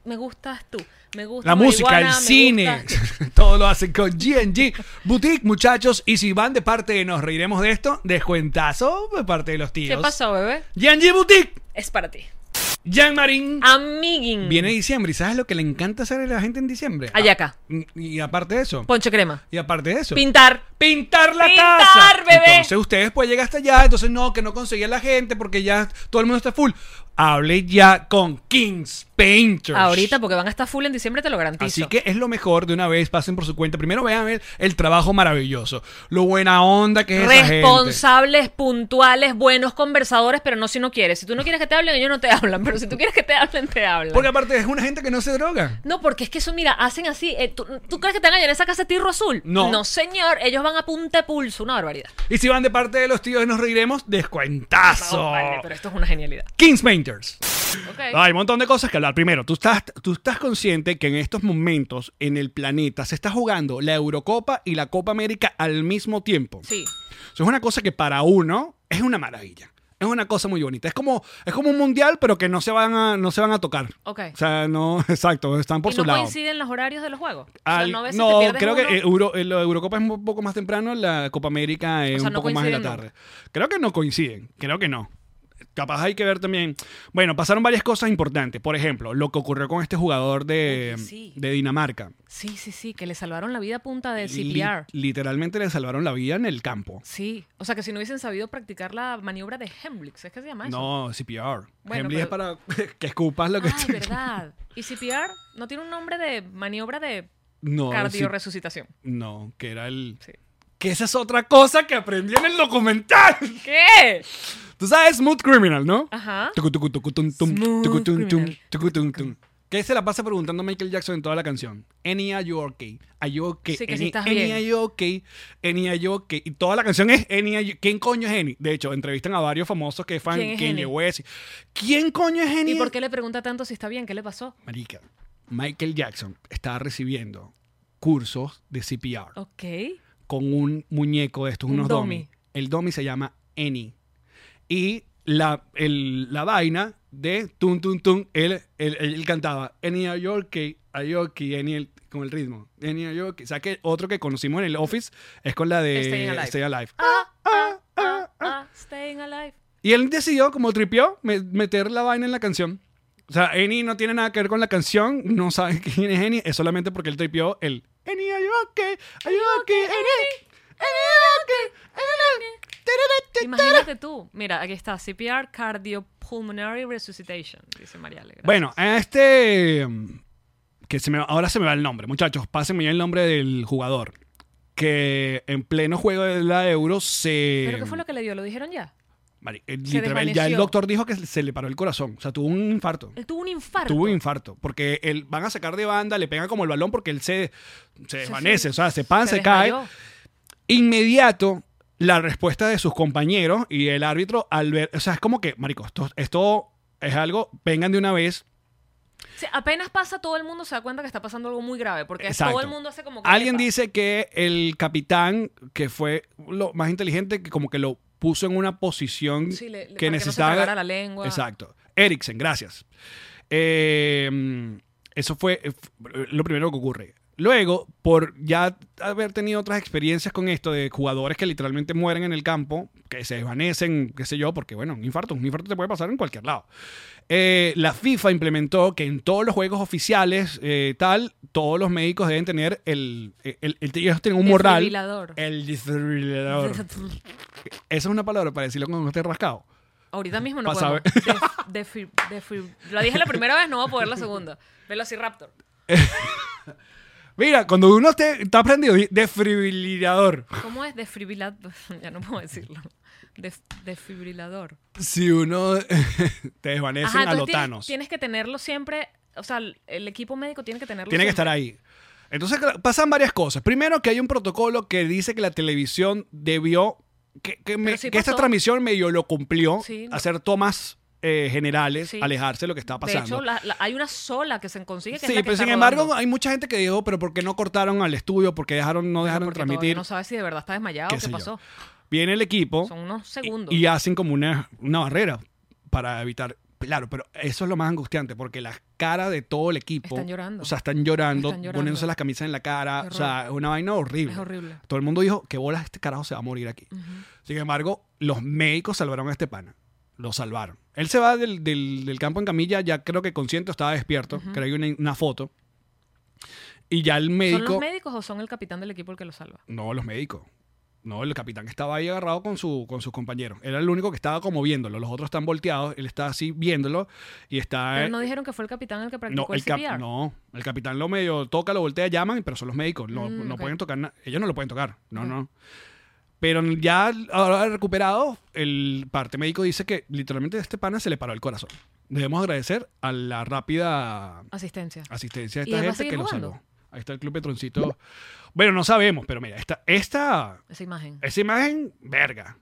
Me gustas tú, me gusta... La música, el marihuana, me cine, gustas tú. (laughs) todo lo hacen con GNG Boutique, muchachos. Y si van de parte de Nos Reiremos de esto, descuentazo de parte de los tíos. (laughs) ¿Qué pasó, bebé? GNG Boutique, Es para ti. Jean Marín. Ah. Amiguin. Viene diciembre y ¿sabes lo que le encanta hacer a la gente en diciembre? Ayaca. Ah, Y aparte de eso, Ponche crema. y aparte de eso. Pintar. Pintar la Pues, Pintar, casa. bebé. Entonces ustedes pues llegan hasta allá, entonces no, que no conseguía la gente porque ya todo el mundo está full. Hable ya con Kings Painters. Ahorita, porque van a estar full en diciembre, te lo garantizo. Así que es lo mejor de una vez, pasen por su cuenta. Primero vean el, el trabajo maravilloso, lo buena onda que es esa gente. responsables, puntuales, buenos conversadores, pero no si no quieres. Si tú no quieres que te hablen, ellos no te (laughs) hablan, pero si tú quieres que te hablen, te hablan. Porque aparte es una gente que no se droga. no, porque es que eso, mira, hacen así. eh, ¿tú, tú crees que te van a llenar esa casa de tirro azul? No. No, señor. Ellos van a punta de pulso. Una barbaridad. Y si van de parte de los tíos de nos reiremos, descuentazo. No, vale, pero esto es una genialidad. Kings Painters. Ok. Hay un montón de cosas que hablar. Primero, tú estás, tú estás consciente que en estos momentos en el planeta se está jugando la Eurocopa y la Copa América al mismo tiempo. Sí. Eso es una cosa que para uno es una maravilla. Es una cosa muy bonita. Es como, es como un mundial, pero que no se van a, no se van a tocar. Ok. O sea, no, (laughs) exacto, están por y su no lado. coinciden los horarios de los juegos. Al- o sea, no, a veces no, te pierdes creo uno. que Euro- eh, la Eurocopa es un poco más temprano, la Copa América es O sea, un no poco más en la coinciden tarde. Creo que no coinciden, creo que no. Capaz hay que ver también. Bueno, pasaron varias cosas importantes. Por ejemplo, lo que ocurrió con este jugador de, Oye, sí. de Dinamarca. Sí, sí, sí. Que le salvaron la vida a punta del Li- CPR. literalmente le salvaron la vida en el campo. Sí, o sea que si no hubiesen sabido practicar la maniobra de Hemblix, ¿es que se llama eso? No, CPR. Bueno, Hembley es pero- para (laughs) que escupas lo que Ay, esté- Ah, verdad. ¿Y CPR no tiene un nombre de maniobra de (laughs) No, sí- cardioresucitación? no, que era el. Sí. Que esa es otra cosa que aprendí en el documental. ¿Qué? Tú sabes Smooth Criminal, ¿no? Ajá. Tucu, tucu, tucu, tum, tum, Smooth tucu, tum, tum, criminal. tucu, tum, tum. ¿Qué se la pasa preguntando a Michael Jackson en toda la canción? Any are you okay? Are you okay? Sí, que sí Any- estás any bien. are you okay? Any are you okay? Y toda la canción es Any are you- ¿Quién coño es Any? De hecho, entrevistan a varios famosos que fan ¿Quién es Kanye Any? West. ¿Quién coño es Any? ¿Y por qué le pregunta tanto si está bien? ¿Qué le pasó? Marica, Michael Jackson estaba recibiendo cursos de CPR Ok. con un muñeco de estos, Un unos dummy. dummy. El dummy se llama Any. Y la, el- la vaina de Tun Tun Tun. Él, él- él cantaba en New York, que- a York, y en el- con el ritmo. En New York. O sea, que otro que conocimos en el Office es con la de Staying Alive. Ah, ah, staying alive. Y él decidió, como tripió, me- meter la vaina en la canción. O sea, Eni no tiene nada que ver con la canción, no sabe (laughs) quién es Eni, es solamente porque él tripió el Eni, are you okay? Are you okay, Eni? Eni, are you okay? Eni, are you okay? Imagínate tú. Mira, aquí está. CPR, cardiopulmonary resuscitation, dice María Alegre. Bueno, a este. Que se me, va- ahora se me va el nombre, muchachos. Pásenme ya el nombre del jugador. Que en pleno juego de la Euro se. ¿Pero qué fue lo que le dio? ¿Lo dijeron ya? Mari- eh, literal, ya el desvaneció. doctor dijo que se le paró el corazón. O sea, tuvo un infarto. Él tuvo un infarto. Tuvo infarto. Porque él van a sacar de banda, le pegan como el balón porque él se, se desvanece. O sea, se pan, se, cae. desmayó. Inmediato, la respuesta de sus compañeros y el árbitro al ver. O sea, es como que, marico, esto, esto es algo. Vengan de una vez. Sí, apenas pasa, todo el mundo se da cuenta que está pasando algo muy grave. Porque Exacto. todo el mundo hace como que. Alguien "Epa". dice que el capitán, que fue lo más inteligente, que como que lo puso en una posición Sí, le- le- que para que no se necesitaba. tragara la lengua. Exacto. Eriksen, gracias. Eh, eso fue eh, f- lo primero que ocurre. Luego, por ya haber tenido otras experiencias con esto de jugadores que literalmente mueren en el campo, que se desvanecen, qué sé yo, porque bueno, un infarto, un infarto te puede pasar en cualquier lado. Eh, la FIFA implementó que en todos los juegos oficiales, eh, tal, todos los médicos deben tener el, el, el- ellos tienen un morral. Desfibrilador. El (laughs) desfibrilador. Esa es una palabra para decirlo cuando esté rascado. Ahorita mismo no Pa' puedo. saber. Defri- defri- Lo dije la primera vez, no voy a poder la segunda. Velociraptor. Mira, cuando uno esté- está aprendido, di- desfibrilador. ¿Cómo es desfibrilador? (laughs) Ya no puedo decirlo. Def- desfibrilador. Si uno (laughs) te desvanecen a entonces los tienes- Thanos, Tienes que tenerlo siempre. O sea, el- el equipo médico tiene que tenerlo tiene que siempre. estar ahí. Entonces claro, pasan varias cosas. Primero que hay un protocolo que dice que la televisión debió, que, que me- Pero sí que esta pasó. transmisión medio lo cumplió, Sí. hacer tomas eh, generales, Sí. alejarse de lo que estaba pasando. De hecho, la- la- hay una sola que se consigue que sí, es la que pero está sin embargo rodando. hay mucha gente que dijo, pero ¿por qué no cortaron al estudio? ¿Por qué dejaron, no dejaron Porque todavía transmitir? No sabes si de verdad está desmayado Qué o sé qué yo. pasó. Viene el equipo. Son unos y- segundos. Y, hacen como una, una barrera para evitar. Claro, pero eso es lo más angustiante porque las caras de todo el equipo. Están llorando. O sea, están llorando, Están llorando. poniéndose las camisas en la cara. Qué O sea, es una vaina horrible. Es horrible. Todo el mundo dijo que bolas este carajo se va a morir aquí. Sin embargo, los médicos salvaron a este pana. Lo salvaron. Él se va del, del- del campo en camilla, ya creo que consciente, estaba despierto. Creo que hay una, una foto. Y ya el ¿Son los médico. médicos o son el capitán del equipo el que lo salva? No, los médicos. No, el capitán estaba ahí agarrado con, su, con sus compañeros. Era el único que estaba como viéndolo. Los otros están volteados. Él está así viéndolo y está. Pero no dijeron que fue el capitán el que practicó el el, cap- CPR. no, el capitán lo medio toca, lo voltea, llaman, pero son los médicos. No, Mm, no ok. pueden tocar nada. Ellos no lo pueden tocar. No, Ok. no. Pero ya ahora recuperado, el parte médico dice que literalmente a este pana se le paró el corazón. Debemos agradecer a la rápida Asistencia. asistencia de ¿Y esta él va a gente seguir que lo jugando? salvó. Ahí está el Club Petroncito. Bueno, no sabemos, pero mira, esta, esta Esa imagen. esa imagen, verga.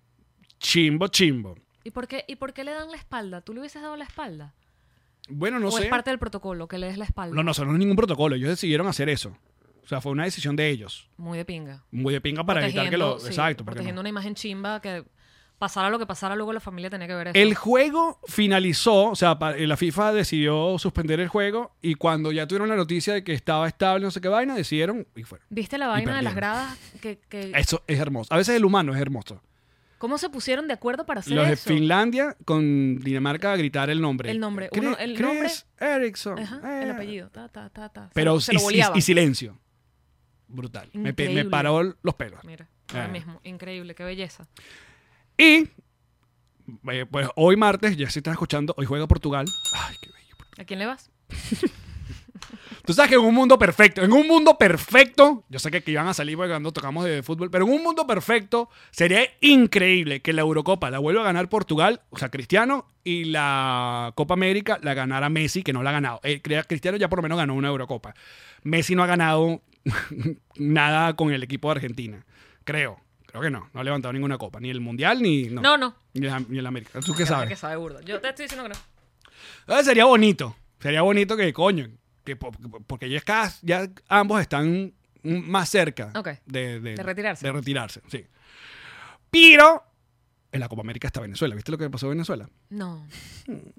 Chimbo, chimbo. ¿Y por, qué, ¿Y por qué le dan la espalda? ¿Tú le hubieses dado la espalda? Bueno, no ¿O sé. es parte del protocolo que le des la espalda? No, no, eso no es ningún protocolo. Ellos decidieron hacer eso. O sea, fue una decisión de ellos. Muy de pinga. Muy de pinga para evitar que Protegiendo- lo. sí, Exacto. porque protegiendo no. una imagen chimba que pasara lo que pasara, luego la familia tenía que ver eso. El juego finalizó, o sea, pa- eh, la FIFA decidió suspender el juego y cuando ya tuvieron la noticia de que estaba estable, no sé qué vaina, decidieron y fueron. ¿Viste la vaina de las perdieron. gradas? Que, que- Eso es hermoso. A veces el humano es hermoso. ¿Cómo se pusieron de acuerdo para hacer Los de eso? Finlandia con Dinamarca a gritar el nombre. El nombre. Chris- Uno- el Chris nombre- Eriksson. Ajá, el Eh. apellido. Ta, ta, ta, ta. Se Pero lo- se lo y- y- boleaban. y, silencio. Brutal. Me, pe- me Increíble. paró los pelos. Mira, ahora Eh. mismo. Increíble, qué belleza. Y eh, pues hoy martes, ya si están escuchando, hoy juega Portugal. Ay, qué bello. ¿A quién le vas? Tú sabes que en un mundo perfecto, en un mundo perfecto, yo sé que aquí van a salir porque cuando tocamos de fútbol, pero en un mundo perfecto sería increíble que la Eurocopa la vuelva a ganar Portugal, o sea, Cristiano, y la Copa América la ganara Messi, que no la ha ganado. Eh, crea- Cristiano ya por lo menos ganó una Eurocopa. Messi no ha ganado (laughs) nada con el equipo de Argentina, creo. Creo que no, no ha levantado ninguna copa, ni el Mundial, ni, no, No, no. ni, la, ni el América. ¿Tú qué Que sabes? Que sabe burda. Yo te estoy diciendo que no. Ah, sería bonito. Sería bonito que, coño, que po- po- porque ya, es cada- ya ambos están más cerca Ok. de, De retirarse. de retirarse, sí. Pero en la Copa América está Venezuela. ¿Viste lo que pasó en Venezuela? No.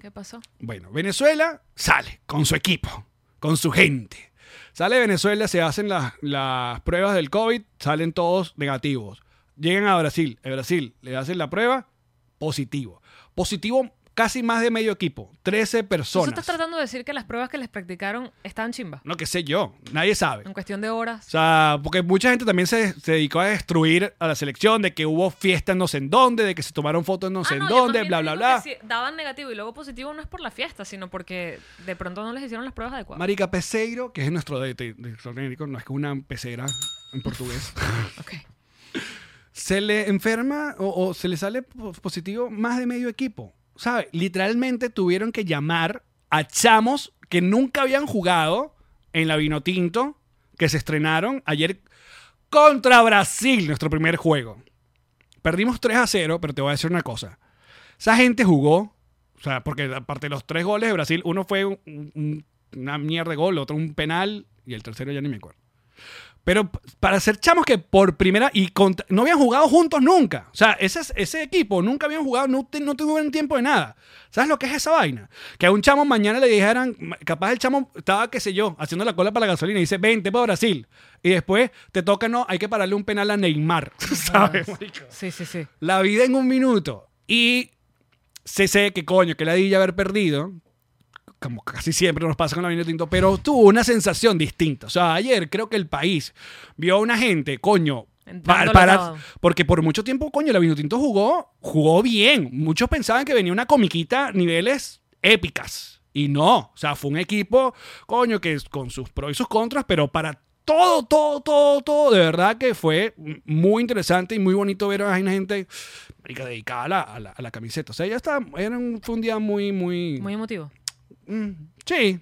¿Qué pasó? Bueno, Venezuela sale con su equipo, con su gente. Sale Venezuela, se hacen las, las pruebas del COVID, salen todos negativos. Llegan a Brasil, en Brasil le hacen la prueba, positivo. Positivo casi más de medio equipo, 13 ¿Tú personas. estás tratando de decir que las pruebas que les practicaron estaban chimba? No, que sé yo, nadie sabe. En cuestión de horas. O sea, porque mucha gente también se, se dedicó a destruir a la selección, de que hubo fiestas no sé en dónde, de que se tomaron fotos no sé Ah, en no, yo dónde, también bla, te bla, digo bla. que si daban negativo y luego positivo no es por la fiesta, sino porque de pronto no les hicieron las pruebas adecuadas. Marica Peseiro, que es nuestro DT, director técnico, no es que una pecera en portugués, Ok. se le enferma o, o se le sale po- positivo más de medio equipo. ¿Sabes? Literalmente tuvieron que llamar a chamos que nunca habían jugado en la Vinotinto, que se estrenaron ayer contra Brasil, nuestro primer juego. Perdimos 3 a 0, pero te voy a decir una cosa. Esa gente jugó, o sea, porque aparte de los tres goles de Brasil, uno fue un- un- una mierda de gol, otro un penal y el tercero ya ni me acuerdo. Pero p- para ser chamos que por primera y contra- no habían jugado juntos nunca. O sea, ese, es- ese equipo nunca habían jugado, no, te- no tuvieron tiempo de nada. ¿Sabes lo que es esa vaina? Que a un chamo mañana le dijeran, ma- capaz el chamo estaba, qué sé yo, haciendo la cola para la gasolina y dice, 20 para Brasil. Y después te toca, no, hay que pararle un penal a Neymar. (laughs) ¿Sabes? Sí, sí, sí. La vida en un minuto. Y se sé que coño, que la di haber perdido. Como casi siempre nos pasa con la vino tinto, pero tuvo una sensación distinta. O sea, ayer creo que el país vio a una gente, coño, Entrando pa- al para- lavado. porque por mucho tiempo, coño, la vino tinto jugó, jugó bien. Muchos pensaban que venía una comiquita a niveles épicas. Y no, o sea, fue un equipo, coño, que es- con sus pros y sus contras, pero para todo, todo, todo, todo, de verdad que fue muy interesante y muy bonito ver a una gente marica, dedicada a la, a la- a la camiseta. O sea, ya está, era un, fue un día muy, muy... Muy emotivo. mm, sí.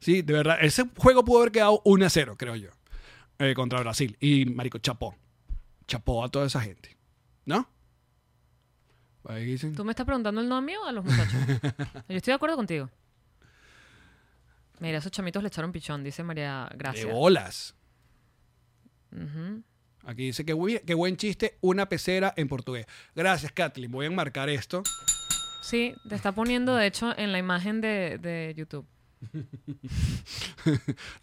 Sí, de verdad, ese juego pudo haber quedado 1 a 0, creo yo, eh, contra Brasil. Y, marico, chapó. Chapó a toda esa gente. ¿No? Ahí dicen... ¿Tú me estás preguntando el no a mí o a (laughs) los muchachos? Yo estoy de acuerdo contigo. Mira, esos chamitos le echaron pichón, dice María De Gracia. bolas. Ujú. Aquí dice que, "Uy, qué buen chiste, una pecera en portugués. Gracias, Kathleen. Voy a enmarcar esto. Sí, te está poniendo, de hecho, en la imagen de, de YouTube.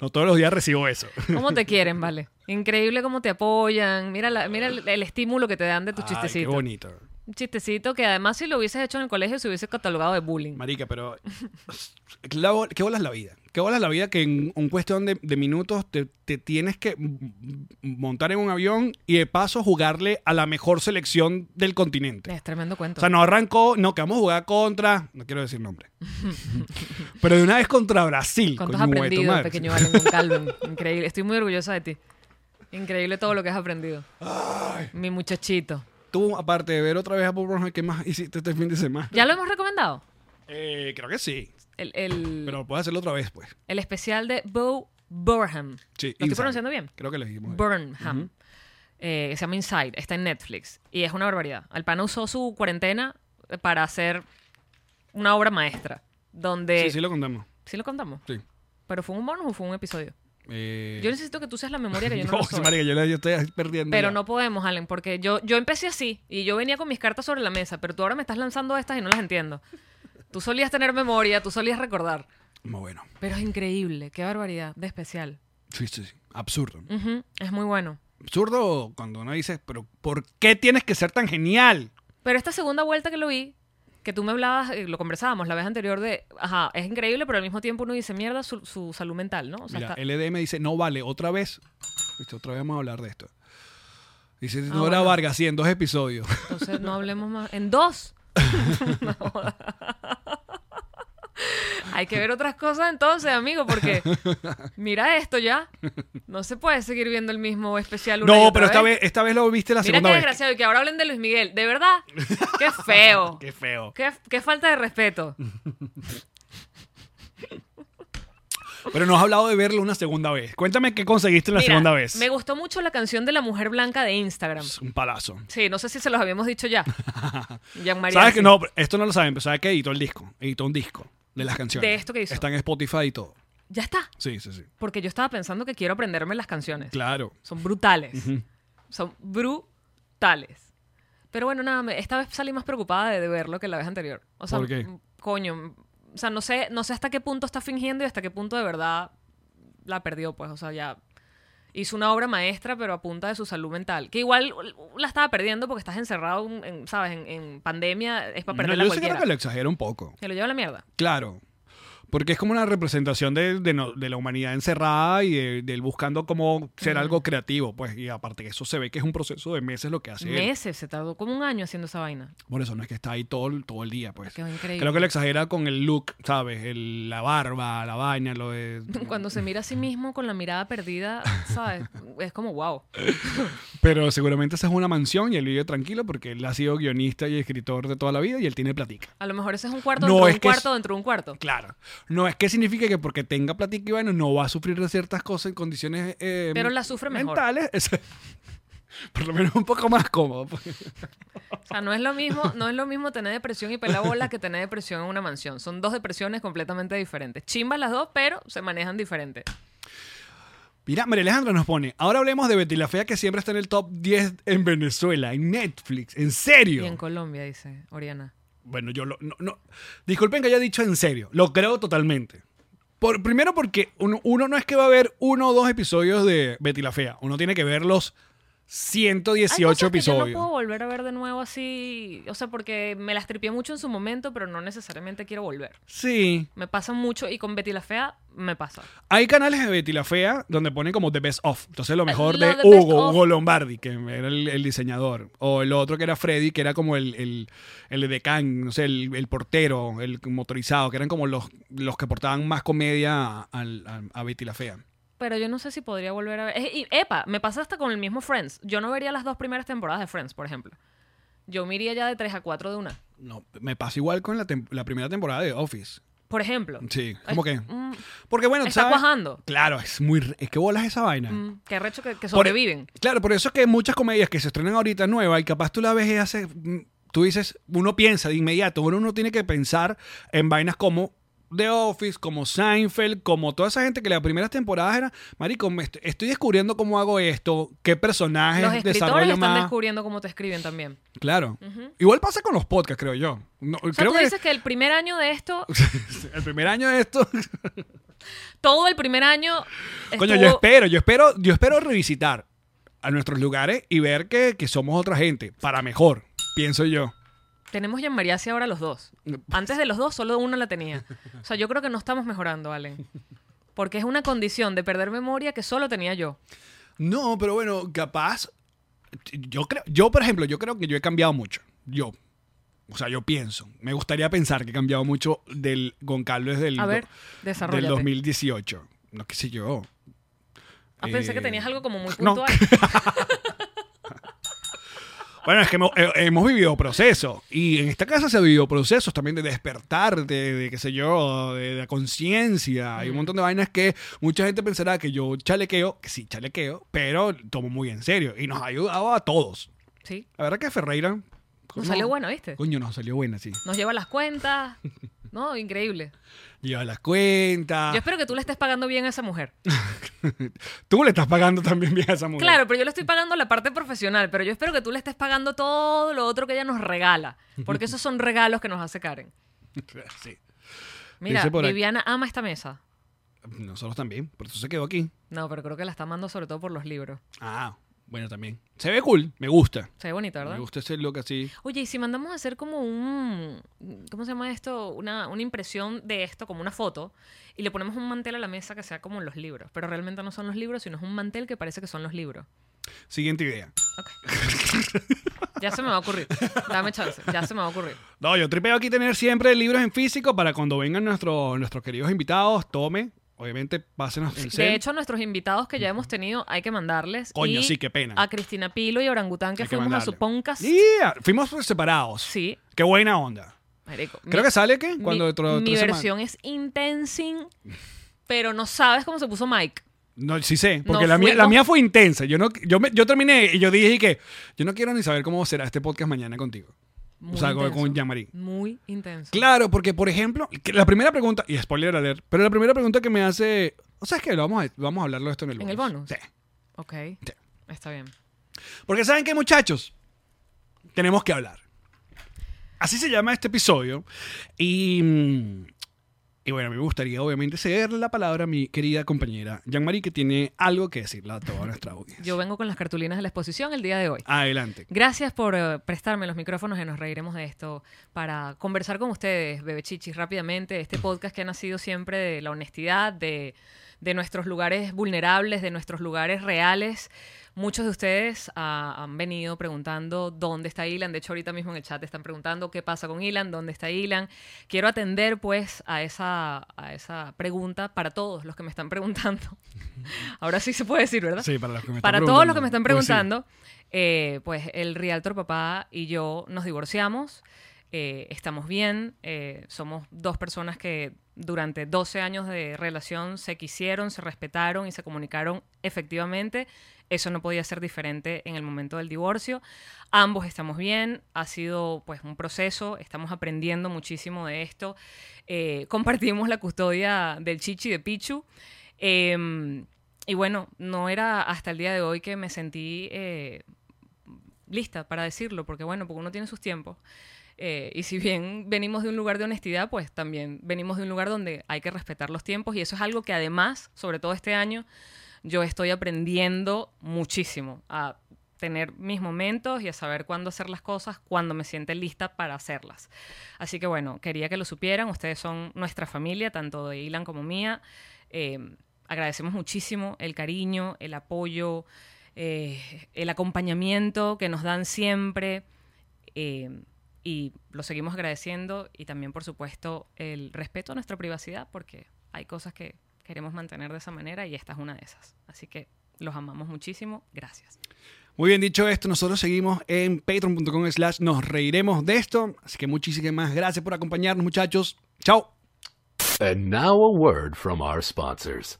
No todos los días recibo eso. ¿Cómo te quieren, vale? Increíble cómo te apoyan. Mira, la- mira el, el estímulo que te dan de tu Ay, qué chistecito. bonito. Un chistecito que además si lo hubieses hecho en el colegio se hubiese catalogado de bullying. Marica, pero. (laughs) la bol- ¿Qué bolas la vida? ¿Qué bolas la vida que en un cuestión de, de minutos te, te tienes que m- montar en un avión y de paso jugarle a la mejor selección del continente? Es tremendo cuento. O sea, no arrancó, no, que vamos a jugar contra. No quiero decir (laughs) nombre. pero de una vez contra Brasil. ¿Cuánto has coño, de tu aprendido, madre. pequeño Valen con (laughs) Calvin? Increíble. Estoy muy orgullosa de ti. Increíble todo lo que has aprendido. Mi muchachito. Tú, aparte de ver otra vez a Bob Burnham, ¿qué más hiciste este fin de semana? ¿Ya lo hemos recomendado? Eh, creo que sí. El, el- Pero puedes hacerlo otra vez, pues. el especial de Bo Burnham. Sí, ¿Lo Inside. estoy pronunciando bien? Creo que lo dijimos. Burnham. Eh, se llama Inside. Está en Netflix. Y es una barbaridad. El pana usó su cuarentena para hacer una obra maestra. Donde... Sí, sí lo contamos. ¿Sí lo contamos? Sí. ¿Pero fue un bonus o fue un episodio? Eh, Yo necesito que tú seas la memoria (laughs) que yo no, no, lo soy. marica, yo, la- yo estoy perdiendo. Pero ya. no podemos, Allen, porque yo, yo empecé así y yo venía con mis cartas sobre la mesa, pero tú ahora me estás lanzando estas y no las entiendo. Tú solías tener memoria, tú solías recordar. Muy bueno. Pero es increíble, qué barbaridad, de especial. Sí, sí, sí. Absurdo. Ujú, es muy bueno. Absurdo cuando uno dice, pero ¿por qué tienes que ser tan genial? Pero esta segunda vuelta que lo vi, que tú me hablabas, eh, lo conversábamos la vez anterior de, ajá, es increíble, pero al mismo tiempo uno dice, mierda, su, su salud mental, ¿no? O sea, Mira, está- LD me dice, no vale, otra vez. Viste, otra vez vamos a hablar de esto. Dice Nora Ah, bueno. Vargas, sí, en dos episodios. (laughs) entonces no hablemos más. En dos. (laughs) No joda. Hay que ver otras cosas entonces, amigo, porque mira esto ya. No se puede seguir viendo el mismo especial. una y no, otra pero esta vez, esta vez lo viste la Mira qué segunda vez. desgraciado y que ahora hablen de Luis Miguel. De verdad, qué (laughs) feo. Qué feo. Qué, qué falta de respeto. Pero no has hablado de verlo una segunda vez. Cuéntame qué conseguiste en la Mira, segunda vez. Me gustó mucho la canción de la mujer blanca de Instagram. Es un palazo. Sí, no sé si se los habíamos dicho (laughs) ya. Jean-Marie ¿Sabes que Arce. no? pero Esto no lo saben, pero ¿sabes que editó el disco? Editó un disco de las canciones. De esto que hizo. Está en Spotify y todo. Ya está. Sí, sí, sí. Porque yo estaba pensando que quiero aprenderme las canciones. Claro. Son brutales. Son brutales. Pero bueno, nada, me- esta vez salí más preocupada de, de verlo que la vez anterior. O sea, ¿Por qué? m- coño, m- o sea, no sé, no sé hasta qué punto está fingiendo y hasta qué punto de verdad la perdió, pues, o sea, ya hizo una obra maestra, pero a punta de su salud mental, que igual u- la estaba perdiendo porque estás encerrado, en- en, ¿sabes? En, en pandemia, es para No, perderla yo sí cualquiera. creo que lo exagera un poco. Se lo lleva a la mierda. Claro. Porque es como una representación de, de no- de la humanidad encerrada y de- del buscando cómo ser algo creativo. Pues, y aparte que eso se ve que es un proceso de meses lo que hace él. Meses, se tardó como un año haciendo esa vaina. Por eso no es que está ahí todo, el- todo el día, pues. Quedó increíble. Creo que lo exagera con el look, ¿sabes? El- la barba, la vaina, lo de... (laughs) Cuando se mira a sí mismo con la mirada perdida, (laughs) ¿sabes? Es como wow. Pero seguramente esa es una mansión y él vive tranquilo porque él ha sido guionista y escritor de toda la vida y él tiene platica. A lo mejor ese es un cuarto No, dentro de es un que es- cuarto dentro de un cuarto. Claro. No es que signifique que porque tenga platica y vaina no va a sufrir de ciertas cosas en condiciones eh, Pero la sufre mejor. mentales. (laughs) Es- por lo menos un poco más cómodo. pues. O sea, no es lo mismo, no es lo mismo tener depresión y pelabola que tener depresión en una mansión. Son dos depresiones completamente diferentes. Chimbas las dos, pero se manejan diferente. Mira, María Alejandra nos pone, ahora hablemos de Betty la Fea que siempre está en el top 10 en Venezuela, en Netflix, en serio. Y en Colombia, dice Oriana. Bueno, yo lo, no, no. Disculpen que haya dicho en serio. Lo creo totalmente. Por, primero porque uno, uno no es que va a ver uno o dos episodios de Betty la Fea. Uno tiene que ver los 118 Hay cosas que yo episodios. no puedo volver a ver de nuevo así, o sea, porque me las tripié mucho en su momento, pero no necesariamente quiero volver. Sí. Me pasa mucho y con Betty la Fea me pasa. Hay canales de Betty la Fea donde ponen como The Best Of. Entonces lo mejor Lo de de Best Hugo, Of. Hugo Lombardi, que era el, el diseñador. O el otro que era Freddy, que era como el, el, el decán, no sé, el, el portero, el motorizado, que eran como los, los que portaban más comedia al- a- a Betty la Fea. Pero yo no sé si podría volver a ver. Eh, y, epa, me pasa hasta con el mismo Friends. Yo no vería las dos primeras temporadas de Friends, por ejemplo. Yo me iría ya de tres a cuatro de una. No, me pasa igual con la, tem- la primera temporada de Office. Por ejemplo. Sí, ¿cómo Ay, que? mm, Porque bueno, está ¿sabes? cuajando. Claro, es muy re- es que bolas esa vaina. Mm, qué recho que, que Por- sobreviven. claro, por eso es que muchas comedias que se estrenan ahorita nuevas y capaz tú la ves y haces mm, tú dices, uno piensa de inmediato, uno no tiene que pensar en vainas como The Office, como Seinfeld, como toda esa gente que las primeras temporadas era, marico, me est- estoy descubriendo cómo hago esto, qué personajes Los escritores desarrollo están más. descubriendo cómo te escriben también. Claro. Igual pasa con los podcasts, creo yo. No, O sea, creo tú que dices que el primer año de esto, (laughs) el primer año de esto (laughs) todo el primer año. Coño, estuvo- yo espero, yo espero, yo espero revisitar a nuestros lugares y ver que, que somos otra gente, para mejor, pienso yo. Tenemos Yanmariasi ahora los dos. Antes de los dos, solo uno la tenía. O sea, yo creo que no estamos mejorando, Allen. Porque es una condición de perder memoria que solo tenía yo. No, pero bueno, capaz, yo creo, yo por ejemplo, yo creo que yo he cambiado mucho, yo. O sea, yo pienso, me gustaría pensar que he cambiado mucho del Goncalo desde el, A ver, del desarrolla. 2018. No, qué sé yo. Ah, pensé que Eh, tenías algo como muy no. (laughs) puntual. Bueno, es que hemos, eh, hemos vivido procesos y en esta casa se ha vivido procesos también de despertar, de, de qué sé yo, de, la conciencia. Hay un montón de vainas que mucha gente pensará que yo chalequeo, que sí chalequeo, pero tomo muy en serio y nos ha ayudado a todos. Sí. La verdad que Ferreira... Nos coño, salió buena, ¿viste? Coño, nos salió buena, sí. Nos lleva (laughs) las cuentas. No, increíble. Lleva las cuentas. Yo espero que tú le estés pagando bien a esa mujer. Tú le estás pagando también (laughs) bien a esa mujer. Claro, pero yo le estoy pagando la parte profesional, pero yo espero que tú le estés pagando todo lo otro que ella nos regala, porque esos son regalos que nos hace Karen. Sí. Mira, Dice por aquí- Viviana ama esta mesa. Nosotros también, por eso se quedó aquí. No, pero creo que la está amando sobre todo por los libros. Ah, bueno, también. Se ve cool, me gusta. Se ve bonita, ¿verdad? Me gusta ese look así. Oye, y si mandamos a hacer como un. ¿Cómo se llama esto? Una, una impresión de esto, como una foto, y le ponemos un mantel a la mesa que sea como los libros. Pero realmente no son los libros, sino es un mantel que parece que son los libros. Siguiente idea. Ok. ya se me va a ocurrir. Dame chance. Ya se me va a ocurrir. No, yo tripeo aquí tener siempre libros en físico para cuando vengan nuestro- nuestros queridos invitados, tome, obviamente pásenos el De cel. hecho, a nuestros invitados que ya hemos tenido, hay que mandarles. Coño, y sí, qué pena. A Cristina Pilo y Orangután, que Hay fuimos a mandarle. su podcast. Yeah, Fuimos separados. Sí. Qué buena onda. Marico, Creo mi- que sale, ¿qué? mi- Cuando dentro de mi tres versión es intensing, pero no sabes cómo se puso Mike. No, sí sé, porque Nos la, mía, la fuimos- mía fue intensa. Yo, no, yo, me- yo terminé y yo dije que yo no quiero ni saber cómo será este podcast mañana contigo. Muy o sea, con- intenso. con Jean-Marie. Muy intenso. Claro, porque por ejemplo, que la primera pregunta, y spoiler alert, pero la primera pregunta que me hace, o sea, es que lo vamos a, vamos a hablarlo de esto en el ¿En bonus. el bonus? Sí. Ok. Está bien. Porque ¿saben qué, muchachos? tenemos que hablar. Así se llama este episodio. Y, mm, y bueno, me gustaría obviamente ceder la palabra a mi querida compañera Jean-Marie, que tiene algo que decirle a toda nuestra audiencia. Yo vengo con las cartulinas de la exposición el día de hoy. Adelante. Gracias por eh, prestarme los micrófonos y nos reiremos de esto para conversar con ustedes, Bebechichis, rápidamente. Este podcast que ha nacido siempre de la honestidad, de, de nuestros lugares vulnerables, de nuestros lugares reales. Muchos de ustedes ah, han venido preguntando dónde está Ilan. De hecho, ahorita mismo en el chat están preguntando qué pasa con Ilan, dónde está Ilan. Quiero atender pues a esa, a esa pregunta para todos los que me están preguntando. Ahora sí se puede decir, ¿verdad? Sí, para los que me están Para todos los que me preguntando. están Pues sí. preguntando, eh, pues el realtor papá y yo nos divorciamos, eh, estamos bien, eh, somos dos personas que durante 12 años de relación se quisieron, se respetaron y se comunicaron efectivamente. Eso no podía ser diferente en el momento del divorcio. Ambos estamos bien, ha sido pues un proceso, estamos aprendiendo muchísimo de esto. Eh, (laughs) compartimos la custodia del Chichi de Pichu. Em, y bueno, no era hasta el día de hoy que me sentí eh, lista para decirlo, porque bueno, porque uno tiene sus tiempos. Eh, y si bien venimos de un lugar de honestidad, pues también venimos de un lugar donde hay que respetar los tiempos y eso es algo que además, sobre todo este año, yo estoy aprendiendo muchísimo a tener mis momentos y a saber cuándo hacer las cosas, cuándo me siente lista para hacerlas. Así que bueno, quería que lo supieran, ustedes son nuestra familia, tanto de Ilan como mía. Eh, agradecemos muchísimo el cariño, el apoyo, eh, el acompañamiento que nos dan siempre eh, y lo seguimos agradeciendo y también por supuesto el respeto a nuestra privacidad porque hay cosas que queremos mantener de esa manera y esta es una de esas. Así que los amamos muchísimo, gracias. Muy bien dicho esto, nosotros seguimos en patreon.com slash nos reiremos de esto. Así que muchísimas gracias por acompañarnos muchachos. Chao. And now a word from our sponsors.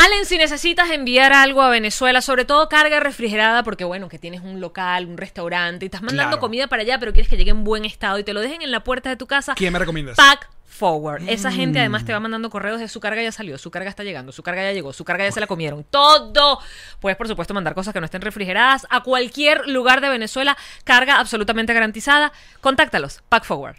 Allen, si necesitas enviar algo a Venezuela, sobre todo carga refrigerada, porque bueno, que tienes un local, un restaurante y estás mandando Claro. comida para allá, pero quieres que llegue en buen estado y te lo dejen en la puerta de tu casa. ¿Quién me recomiendas? Mm. Pack Forward. Esa gente además te va mandando correos de su carga ya salió, su carga está llegando, su carga ya llegó, su carga ya se la comieron. Todo. Puedes, por supuesto, mandar cosas que no estén refrigeradas a cualquier lugar de Venezuela. Carga absolutamente garantizada. Contáctalos. Pack Forward.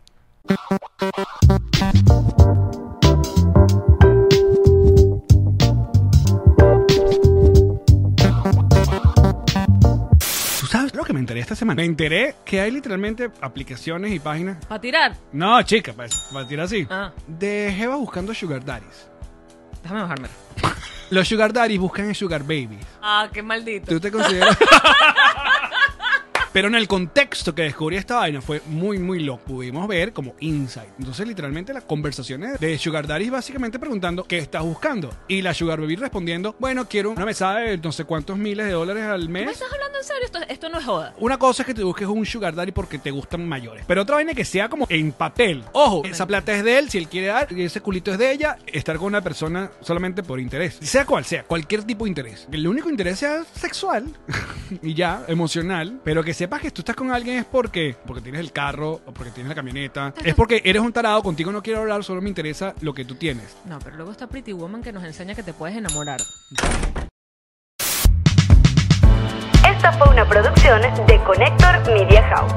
¿Tú sabes lo que me enteré esta semana? Me enteré que hay literalmente aplicaciones y páginas. ¿Para tirar? No, chica, para, tirar así. Ah. De Jeva buscando Sugar Daddies. Déjame bajarme. Los Sugar Daddies buscan en Sugar Babies. Ah, qué maldito. ¿Tú te consideras? Pero en el contexto que descubrí esta vaina fue muy, muy loco. Pudimos ver como insight. Entonces, literalmente, las conversaciones de Sugar Daddy básicamente preguntando, ¿qué estás buscando? Y la Sugar Baby respondiendo, bueno, quiero una mesada de no sé cuántos miles de dólares al ¿Me mes. estás hablando en serio? Esto, esto no es joda. Una cosa es que te busques un sugar daddy porque te gustan mayores. Pero otra vaina es que sea como en papel. Ojo, esa plata es de él, si él quiere dar, y ese culito es de ella, estar con una persona solamente por interés. Sea cual sea, cualquier tipo de interés. El único interés sea sexual (laughs) y ya, emocional. Pero que sepas que tú estás con alguien es porque, porque tienes el carro o porque tienes la camioneta. Es porque eres un tarado, contigo no quiero hablar, solo me interesa lo que tú tienes. No, pero luego está Pretty Woman que nos enseña que te puedes enamorar. Esta fue una producción de Connector Media House.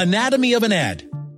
Anatomy of an ad.